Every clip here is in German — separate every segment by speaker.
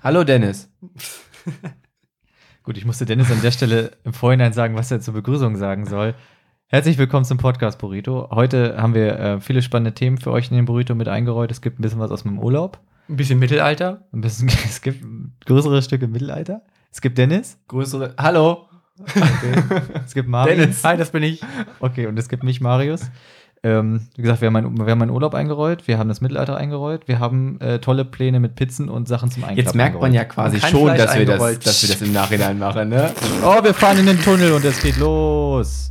Speaker 1: Hallo Dennis.
Speaker 2: Gut, ich musste Dennis an der Stelle im Vorhinein sagen, was er zur Begrüßung sagen soll. Herzlich willkommen zum Podcast Burrito. Heute haben wir äh, viele spannende Themen für euch in den Burrito mit eingeräut. Es gibt ein bisschen was aus meinem Urlaub.
Speaker 1: Ein bisschen Mittelalter.
Speaker 2: Ein bisschen, es gibt größere Stücke Mittelalter. Es gibt Dennis.
Speaker 1: Größere. Hallo.
Speaker 2: Okay. Es gibt Marius.
Speaker 1: Dennis. Hi, das bin ich.
Speaker 2: Okay, und es gibt mich, Marius. Ähm, wie gesagt, wir haben, einen, wir haben einen Urlaub eingerollt, wir haben das Mittelalter eingerollt, wir haben äh, tolle Pläne mit Pizzen und Sachen zum Einklappen.
Speaker 1: Jetzt merkt man ja
Speaker 2: eingerollt.
Speaker 1: quasi
Speaker 2: Kein
Speaker 1: schon,
Speaker 2: Fleisch
Speaker 1: dass wir, das,
Speaker 2: eingerollt.
Speaker 1: dass wir das im Nachhinein machen, ne?
Speaker 2: Oh, wir fahren in den Tunnel und es geht los.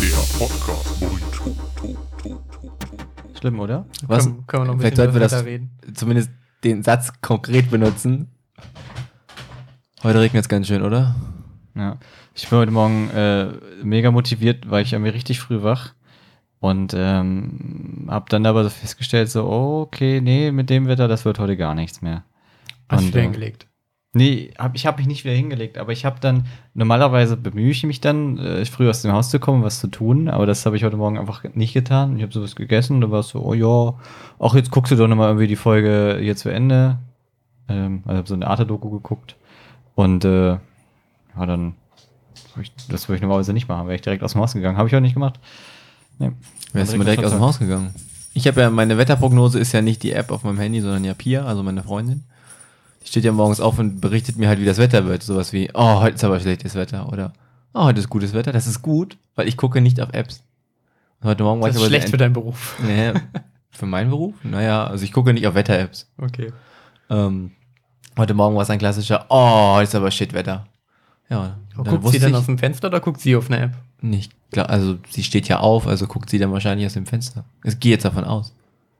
Speaker 3: Der Podcast Burrito.
Speaker 2: Schlimm, oder?
Speaker 1: Was?
Speaker 4: Können, können wir noch ein
Speaker 1: Vielleicht
Speaker 4: bisschen
Speaker 1: sollten wir das
Speaker 4: weiter reden.
Speaker 1: zumindest den Satz konkret benutzen. Heute regnet es ganz schön, oder?
Speaker 2: Ja. Ich bin heute Morgen äh, mega motiviert, weil ich ja mir richtig früh wach und ähm, habe dann aber so festgestellt, so, oh, okay, nee, mit dem Wetter, das wird heute gar nichts mehr.
Speaker 4: Hast du
Speaker 2: Und,
Speaker 4: wieder
Speaker 2: äh,
Speaker 4: hingelegt.
Speaker 2: Nee, hab, ich habe mich nicht wieder hingelegt, aber ich habe dann, normalerweise bemühe ich mich dann, äh, früh aus dem Haus zu kommen, was zu tun, aber das habe ich heute Morgen einfach nicht getan. Ich habe sowas gegessen, da war es so, oh ja, ach, jetzt guckst du doch nochmal irgendwie die Folge hier zu Ende. Ähm, also habe so eine Arte-Doku geguckt und äh, ja, dann, hab ich, das würde ich normalerweise nicht machen, wäre ich direkt aus dem Haus gegangen. Habe ich auch nicht gemacht. Nee.
Speaker 1: Wärst du mal direkt aus
Speaker 2: halt-
Speaker 1: dem Haus gegangen. Ich habe ja, meine Wetterprognose ist ja nicht die App auf meinem Handy, sondern ja Pia, also meine Freundin. Die steht ja morgens auf und berichtet mir halt, wie das Wetter wird. Sowas wie, oh, heute ist aber schlechtes Wetter oder oh, heute ist gutes Wetter. Das ist gut, weil ich gucke nicht auf Apps. Und heute Morgen war
Speaker 4: Das
Speaker 1: ich
Speaker 4: ist
Speaker 1: aber
Speaker 4: schlecht für
Speaker 1: sehr
Speaker 4: deinen Beruf.
Speaker 1: ent- nee, für meinen Beruf? Naja, also ich gucke nicht auf Wetter-Apps.
Speaker 4: Okay.
Speaker 1: Ähm, heute Morgen war es ein klassischer, oh, heute ist aber Shit-Wetter. Ja,
Speaker 4: Aber guckt sie dann aus dem Fenster oder guckt sie auf eine App?
Speaker 1: nicht klar, also sie steht ja auf, also guckt sie dann wahrscheinlich aus dem Fenster. Ich gehe jetzt davon aus.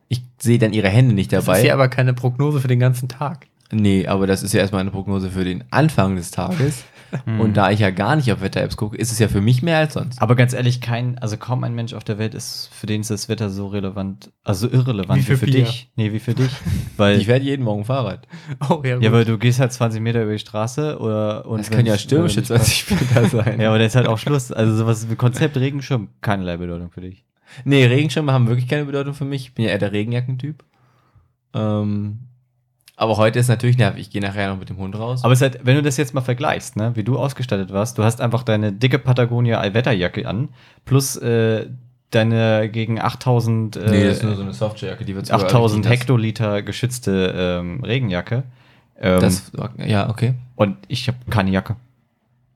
Speaker 1: Ich sehe dann ihre Hände nicht
Speaker 4: Das ist ja
Speaker 1: dabei.
Speaker 4: aber keine Prognose für den ganzen Tag.
Speaker 1: nee, aber das ist ja erstmal eine Prognose für den Anfang des Tages.
Speaker 2: Hm.
Speaker 1: Und da ich ja gar nicht auf Wetter-Apps gucke, ist es ja für mich mehr als sonst.
Speaker 2: Aber ganz ehrlich, kein, also kaum ein Mensch auf der Welt ist, für den ist das Wetter so relevant, also irrelevant
Speaker 4: Wie für Pia.
Speaker 2: dich. Nee, wie für dich. Weil,
Speaker 1: Ich werde jeden Morgen Fahrrad.
Speaker 4: Oh, ja, gut.
Speaker 2: ja, weil du gehst halt 20 Meter über die Straße oder und
Speaker 1: Das können ja
Speaker 2: wenn's-
Speaker 1: stürmische
Speaker 2: oder nicht
Speaker 1: 20 Meter
Speaker 2: passt.
Speaker 1: sein.
Speaker 2: Ja, aber das ist halt auch Schluss. Also sowas wie Konzept Regenschirm, keinerlei Bedeutung für dich.
Speaker 1: Nee, Regenschirme haben wirklich keine Bedeutung für mich. Ich bin ja eher der Regenjackentyp. Ähm, aber heute ist natürlich nervig. Ich gehe nachher noch mit dem Hund raus.
Speaker 2: Aber es ist halt, wenn du das jetzt mal vergleichst, ne, wie du ausgestattet warst, du hast einfach deine dicke Patagonia Allwetterjacke an, plus äh, deine gegen 8000 äh,
Speaker 1: eine Softjacke, die wird
Speaker 2: 8000 Hektoliter geschützte ähm, Regenjacke. Ähm,
Speaker 1: Das, ja, okay.
Speaker 2: Und ich habe keine Jacke.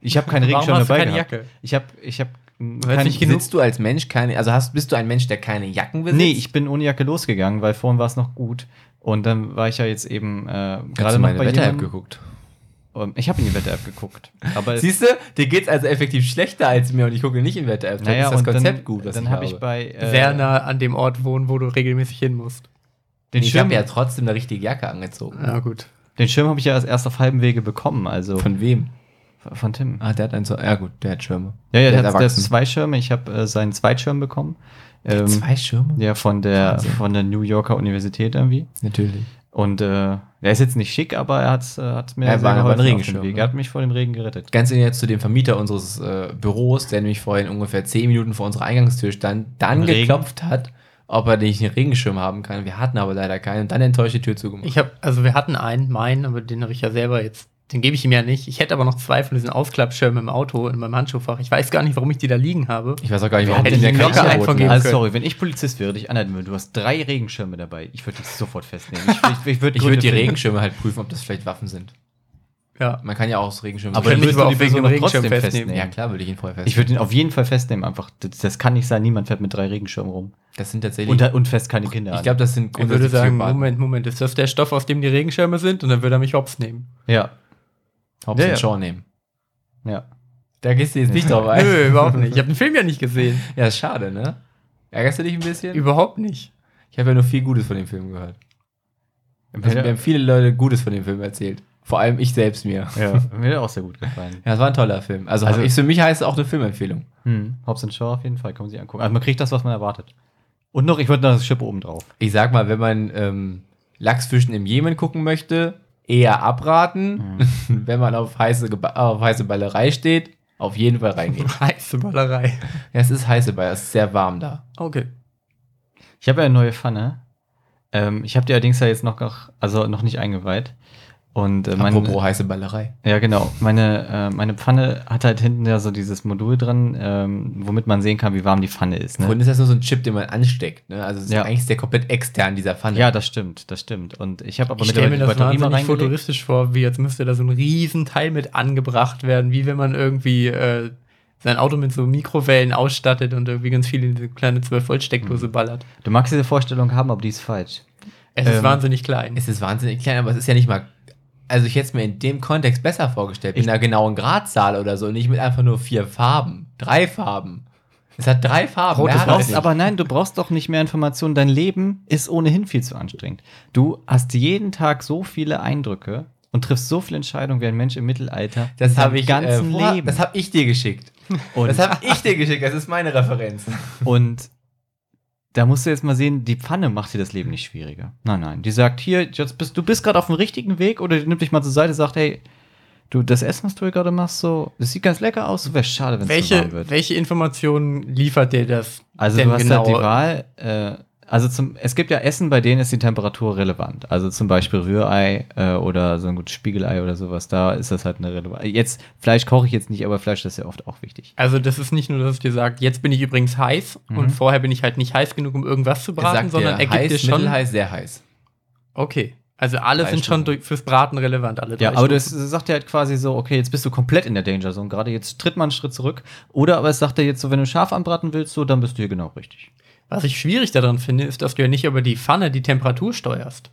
Speaker 2: Ich habe keinen Regenschirm
Speaker 4: hast du
Speaker 2: dabei.
Speaker 4: keine
Speaker 2: gehabt.
Speaker 4: Jacke?
Speaker 2: Ich habe ich hab
Speaker 4: hast
Speaker 2: keinen-
Speaker 4: nicht genug-
Speaker 1: Besitzt du als Mensch keine, also hast, bist du ein Mensch, der keine Jacken besitzt?
Speaker 2: Nee, ich bin ohne Jacke losgegangen, weil vorhin war es noch gut. Und dann war ich ja jetzt eben äh,
Speaker 1: gerade
Speaker 2: gerade noch bei
Speaker 1: Wetter-App
Speaker 2: jemandem.
Speaker 1: geguckt.
Speaker 2: Ähm, Ich habe in die Wetter-App geguckt. Aber
Speaker 1: Siehst du, dir geht's also effektiv schlechter als mir und ich gucke nicht in Wetter-App.
Speaker 2: naja,
Speaker 1: ist das
Speaker 2: und
Speaker 1: Konzept
Speaker 2: dann,
Speaker 1: gut, was
Speaker 2: dann
Speaker 1: ich
Speaker 2: habe
Speaker 1: habe.
Speaker 2: ich bei äh,
Speaker 4: Sehr nah an dem Ort wohnen, wo du regelmäßig hin musst.
Speaker 2: den
Speaker 1: Nee, ich
Speaker 2: Schirm.
Speaker 1: habe ja trotzdem eine richtige Jacke angezogen.
Speaker 4: Ja, gut.
Speaker 2: den Schirm habe ich ja erst- erst auf halbem Wege bekommen, also von,
Speaker 1: Von wem?
Speaker 2: von Tim.
Speaker 1: Ah, der hat einen so, ja gut, der hat Schirme.
Speaker 2: Ja, ja, der, hat, der hat
Speaker 1: erwachsen.
Speaker 2: zwei Schirme. Ich habe äh, seinen Zweitschirm bekommen. Ähm,
Speaker 1: zwei Schirme?
Speaker 2: Ja, von der
Speaker 1: Wahnsinn.
Speaker 2: von der New Yorker Universität irgendwie.
Speaker 1: Natürlich.
Speaker 2: Und äh, er ist jetzt nicht schick, aber er hat's, äh, hat's mir
Speaker 1: Er war aber ein
Speaker 2: auf dem
Speaker 1: Regenschirm,
Speaker 2: Weg.
Speaker 1: ne?
Speaker 2: Er hat mich vor dem Regen gerettet.
Speaker 1: Ganz ähnlich jetzt zu dem Vermieter unseres äh, Büros, der nämlich vorhin ungefähr zehn Minuten vor unserer Eingangstür stand, dann
Speaker 2: Im Regen.
Speaker 1: geklopft hat, ob er nicht einen Regenschirm haben kann. Wir hatten aber leider keinen und dann enttäuscht die Tür zugemacht.
Speaker 4: Ich habe, also wir hatten einen, meinen, aber den habe ich ja selber jetzt. Den gebe ich ihm ja nicht. Ich hätte aber noch zwei von diesen Ausklappschirmen im Auto, in meinem Handschuhfach. Ich weiß gar nicht, warum ich die da liegen habe.
Speaker 1: Ich weiß auch gar nicht,
Speaker 4: Hätte
Speaker 1: die
Speaker 4: ich
Speaker 1: in
Speaker 4: locker
Speaker 1: Küche
Speaker 4: einfach
Speaker 1: roten
Speaker 4: gehen
Speaker 1: haben.
Speaker 2: Also sorry, wenn ich Polizist wäre, dich anhalten würde, du hast drei Regenschirme dabei. Ich würde dich sofort festnehmen. Ich, ich, ich würde
Speaker 1: Ich würde die Regenschirme halt prüfen, ob das vielleicht Waffen sind.
Speaker 4: Ja.
Speaker 1: Man kann ja auch aus Regenschirmen.
Speaker 2: Aber
Speaker 4: Können
Speaker 2: dann würdest
Speaker 4: wir
Speaker 2: du
Speaker 4: überhaupt
Speaker 2: die
Speaker 4: wegen
Speaker 2: Person
Speaker 4: dem
Speaker 2: doch trotzdem
Speaker 4: Regenschirm
Speaker 2: festnehmen.
Speaker 4: festnehmen?
Speaker 1: ja klar, würde ich ihn vorher
Speaker 2: Ich
Speaker 1: festnehmen.
Speaker 2: würde ihn auf jeden Fall festnehmen, einfach. Das, das kann nicht sein, niemand fährt mit drei Regenschirmen rum.
Speaker 1: Das sind tatsächlich.
Speaker 2: Und, und fest keine Kinder
Speaker 1: ich glaube, das sind
Speaker 4: Ich würde sagen,
Speaker 1: Psychopathen.
Speaker 4: Moment, Moment, ist das der Stoff, aus dem die Regenschirme sind? Und dann würde er mich hops nehmen.
Speaker 2: an. Ja,
Speaker 1: Hobbs
Speaker 2: Ja, ja.
Speaker 1: und Shaw nehmen.
Speaker 2: ja.
Speaker 1: Da gehst du jetzt nicht drauf ein.
Speaker 4: Nö, überhaupt nicht. Ich habe den Film ja nicht gesehen.
Speaker 1: Ja, ist schade, ne? Ärgerst du dich ein bisschen?
Speaker 4: Überhaupt nicht.
Speaker 1: Ich habe ja nur viel Gutes von dem Film gehört. Also, mir haben viele Leute Gutes von dem Film erzählt. Vor allem ich selbst mir.
Speaker 2: ja, mir hat auch sehr gut gefallen.
Speaker 1: Ja, es war ein toller Film. Also,
Speaker 2: Also-
Speaker 1: ich, für mich heißt es auch eine Filmempfehlung.
Speaker 2: Hm. Hobbs and Shaw auf jeden Fall, kann man sich angucken. Also man kriegt das, was man erwartet. Und noch, ich würde noch das Schippe oben drauf.
Speaker 1: Ich sag mal, wenn man ähm, Lachsfischen im Jemen gucken möchte, eher abraten.
Speaker 2: Mhm.
Speaker 1: Wenn man auf heiße, Geba- auf heiße Ballerei steht, auf jeden Fall reingehen.
Speaker 4: Heiße Ballerei.
Speaker 1: ja, es ist heiße Ballerei, es ist sehr warm da.
Speaker 4: Okay.
Speaker 2: Ich habe ja eine neue Pfanne. Ähm, ich habe die allerdings ja jetzt noch, gar- also noch nicht eingeweiht. Und äh, meine,
Speaker 1: Apropos heiße Ballerei.
Speaker 2: Ja, genau. Meine, äh, meine Pfanne hat halt hinten ja so dieses Modul dran, ähm, womit man sehen kann, wie warm die Pfanne ist. Ne?
Speaker 1: Vorhin ist das nur so ein Chip, den man ansteckt. Ne? Also es ist
Speaker 2: Ja.
Speaker 1: eigentlich sehr komplett extern, dieser Pfanne.
Speaker 2: Ja, das stimmt, das stimmt. Und ich habe aber
Speaker 4: Ich stelle mir
Speaker 2: die
Speaker 4: das
Speaker 2: Batterie mal
Speaker 4: wahnsinnig
Speaker 2: reingelegt.
Speaker 4: futuristisch vor, wie jetzt müsste da so ein Riesenteil mit angebracht werden, wie wenn man irgendwie äh, sein Auto mit so Mikrowellen ausstattet und irgendwie ganz viele in diese kleine 12-Volt-Steckdose
Speaker 2: Mhm.
Speaker 4: ballert.
Speaker 2: Du magst diese Vorstellung haben, aber die ist falsch.
Speaker 4: Es
Speaker 2: Ähm,
Speaker 4: ist wahnsinnig klein.
Speaker 1: Es ist wahnsinnig klein, aber es ist ja nicht mal. Also ich hätte es mir in dem Kontext besser vorgestellt, mit
Speaker 2: Ich-
Speaker 1: einer genauen Gradzahl oder so, nicht mit einfach nur vier Farben, drei Farben. Es hat drei Farben.
Speaker 2: du
Speaker 1: mehr hat es
Speaker 2: brauchst
Speaker 1: nicht.
Speaker 2: aber nein, du brauchst doch nicht mehr Informationen. Dein Leben ist ohnehin viel zu anstrengend. Du hast jeden Tag so viele Eindrücke und triffst so viele Entscheidungen wie ein Mensch im Mittelalter.
Speaker 1: das
Speaker 2: Dein
Speaker 1: habe ich äh,
Speaker 2: ganzen
Speaker 1: vorher-
Speaker 2: Leben.
Speaker 1: Das habe ich dir geschickt.
Speaker 2: und,
Speaker 1: Das habe ich dir geschickt. Das ist meine Referenz.
Speaker 2: und da musst du jetzt mal sehen, die Pfanne macht dir das Leben nicht schwieriger. Nein, nein. Die sagt hier, jetzt bist du bist gerade auf dem richtigen Weg oder die nimmt dich mal zur Seite, sagt hey. Du, das Essen, was du hier gerade machst, so, das sieht ganz lecker aus. Wäre schade, wenn es warm wird.
Speaker 4: welche, welche Informationen liefert dir das?
Speaker 2: Also
Speaker 4: denn
Speaker 2: du hast
Speaker 4: genau?
Speaker 2: halt die Wahl, äh, also zum, es gibt ja Essen, bei denen ist die Temperatur relevant. Also zum Beispiel Rührei äh, oder so ein gutes Spiegelei oder sowas, da ist das halt eine relevant. Jetzt, Fleisch koche ich jetzt nicht, aber Fleisch ist ja oft auch wichtig.
Speaker 4: Also das ist nicht nur, dass es dir sagt, jetzt bin ich übrigens heiß
Speaker 2: Mhm.
Speaker 4: und vorher bin ich halt nicht heiß genug, um irgendwas zu braten, sondern er gibt dir
Speaker 1: heiß,
Speaker 4: schon.
Speaker 1: mittelheiß, sehr heiß.
Speaker 4: Okay. Also alle
Speaker 2: Drei
Speaker 4: sind schon
Speaker 2: Stufen.
Speaker 4: durch, fürs Braten relevant, alle drei
Speaker 2: Ja, aber
Speaker 4: Stufen.
Speaker 2: das sagt ja halt quasi so, okay, jetzt bist du komplett in der Danger Zone gerade, jetzt tritt man einen Schritt zurück. Oder aber es sagt ja jetzt so, wenn du scharf anbraten willst, so, dann bist du hier genau richtig.
Speaker 4: Was ich schwierig daran finde, ist, dass du ja nicht über die Pfanne die Temperatur steuerst.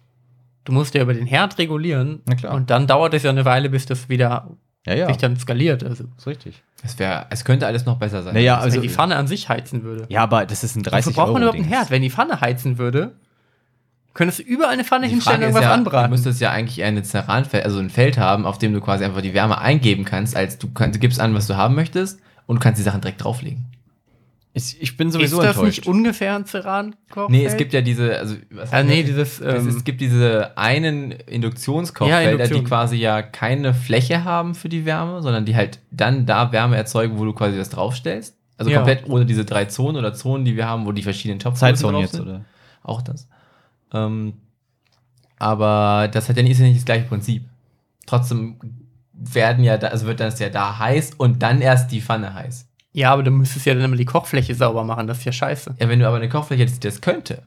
Speaker 4: Du musst ja über den Herd regulieren.
Speaker 2: Na klar.
Speaker 4: Und dann dauert es ja eine Weile, bis das wieder
Speaker 2: Ja, ja,
Speaker 4: sich
Speaker 2: ist
Speaker 4: dann skaliert. Also,
Speaker 2: richtig.
Speaker 1: Es, wär, es könnte alles noch besser sein.
Speaker 2: Naja,
Speaker 4: also
Speaker 2: Also-
Speaker 4: wenn die Pfanne an sich heizen würde.
Speaker 2: Ja, aber das ist ein 30
Speaker 4: Wofür braucht man überhaupt einen
Speaker 2: Dings.
Speaker 4: Herd? Wenn die Pfanne heizen würde, könntest du überall eine Pfanne
Speaker 1: die
Speaker 4: hinstellen
Speaker 1: Frage
Speaker 4: und
Speaker 1: ist
Speaker 4: was
Speaker 1: ja, du
Speaker 4: anbraten.
Speaker 1: müsstest ja eigentlich eher eine Zeranfeld, also ein Feld haben, auf dem du quasi einfach die Wärme eingeben kannst, als du, kann, du gibst an, was du haben möchtest und du kannst die Sachen direkt drauflegen.
Speaker 2: Ich, ich bin
Speaker 4: ist
Speaker 2: sowieso
Speaker 4: das
Speaker 2: enttäuscht.
Speaker 4: nicht ungefähr ein Ceran-Kochfeld?
Speaker 1: Nee, es gibt ja diese, also was
Speaker 4: Ah, nee, dieses,
Speaker 1: es,
Speaker 4: ähm,
Speaker 1: es gibt diese einen Induktionskochfelder,
Speaker 4: Ja, Induktion.
Speaker 1: die quasi ja keine Fläche haben für die Wärme, sondern die halt dann da Wärme erzeugen, wo du quasi das draufstellst. Also
Speaker 4: Ja.
Speaker 1: komplett ohne diese drei Zonen oder Zonen, die wir haben, wo die verschiedenen Topfgrößen
Speaker 2: Zeitzone
Speaker 1: drauf
Speaker 2: jetzt,
Speaker 1: sind.
Speaker 2: oder?
Speaker 1: Auch das. Ähm, aber das hat ja nicht, ist ja nicht das gleiche Prinzip. Trotzdem werden ja da, also wird das ja da heiß und dann erst die Pfanne heiß.
Speaker 4: ja, aber du müsstest ja dann immer die Kochfläche sauber machen. Das ist ja scheiße.
Speaker 1: Ja, wenn du aber eine Kochfläche hättest, die das könnte.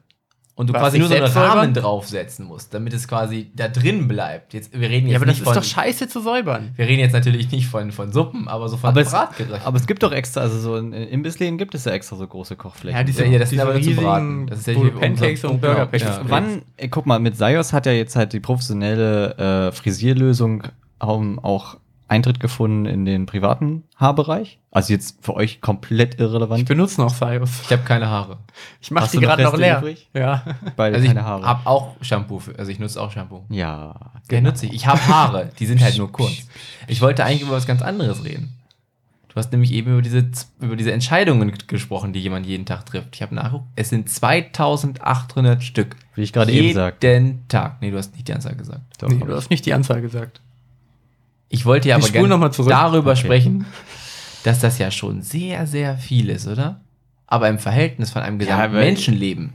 Speaker 1: Und du
Speaker 4: Was,
Speaker 1: quasi
Speaker 4: sich
Speaker 1: nur so einen
Speaker 4: selbst säubern?
Speaker 1: Rahmen draufsetzen musst, damit es quasi da drin bleibt. Jetzt, wir reden jetzt
Speaker 4: Ja, aber das
Speaker 1: nicht
Speaker 4: ist
Speaker 1: von,
Speaker 4: doch scheiße zu säubern.
Speaker 1: Wir reden jetzt natürlich nicht von, von Suppen, aber so von
Speaker 2: Aber es-
Speaker 1: Bratgerichten.
Speaker 2: Aber es gibt doch extra, also so in in Imbissläden gibt es ja extra so große Kochflächen.
Speaker 4: Ja, die
Speaker 1: ja,
Speaker 4: sind-
Speaker 1: ja, das
Speaker 4: diese
Speaker 1: ist aber nur zum
Speaker 4: riesigen,
Speaker 1: Braten. Das ist ja
Speaker 4: wo
Speaker 1: hier
Speaker 4: du
Speaker 1: unser-
Speaker 4: Pancakes und Burger Patties
Speaker 1: Genau, ja.
Speaker 2: Wann, äh, guck mal, mit Sayos hat ja jetzt halt die professionelle äh, Frisierlösung ähm, auch Eintritt gefunden in den privaten Haarbereich. Also jetzt für euch komplett
Speaker 4: Ich
Speaker 2: irrelevant.
Speaker 4: benutze noch Sayos.
Speaker 1: Ich habe keine Haare.
Speaker 4: Ich mach
Speaker 2: Hast
Speaker 4: die
Speaker 2: du noch
Speaker 4: gerade noch
Speaker 2: Reste
Speaker 4: leer.
Speaker 2: übrig?
Speaker 4: Ja.
Speaker 2: Beide
Speaker 1: Also ich
Speaker 2: keine Haare. Genau.
Speaker 1: habe auch Shampoo. Für, also ich nutze auch Shampoo.
Speaker 2: Ja.
Speaker 1: Der nutze ich. Ich habe Haare, die sind halt nur kurz. Ich wollte eigentlich über was ganz anderes reden. Du hast nämlich eben über diese, Z- über diese Entscheidungen g- gesprochen, die jemand jeden Tag trifft. Ich habe nachgeguckt, es sind 2800 Stück.
Speaker 2: Wie ich gerade
Speaker 1: Jeden
Speaker 2: eben sagte.
Speaker 1: Tag. Nee, du hast nicht die Anzahl gesagt.
Speaker 2: Doch,
Speaker 4: Nee,
Speaker 2: hab
Speaker 4: du
Speaker 2: ich.
Speaker 4: hast nicht die Anzahl gesagt.
Speaker 1: Ich wollte ja
Speaker 4: Wir
Speaker 1: aber
Speaker 4: spulen
Speaker 1: gerne
Speaker 4: noch mal zurück.
Speaker 1: darüber
Speaker 2: Okay.
Speaker 1: sprechen, dass das ja schon sehr, sehr viel ist, oder? Aber im Verhältnis von einem gesamten
Speaker 2: weil-
Speaker 1: Menschenleben.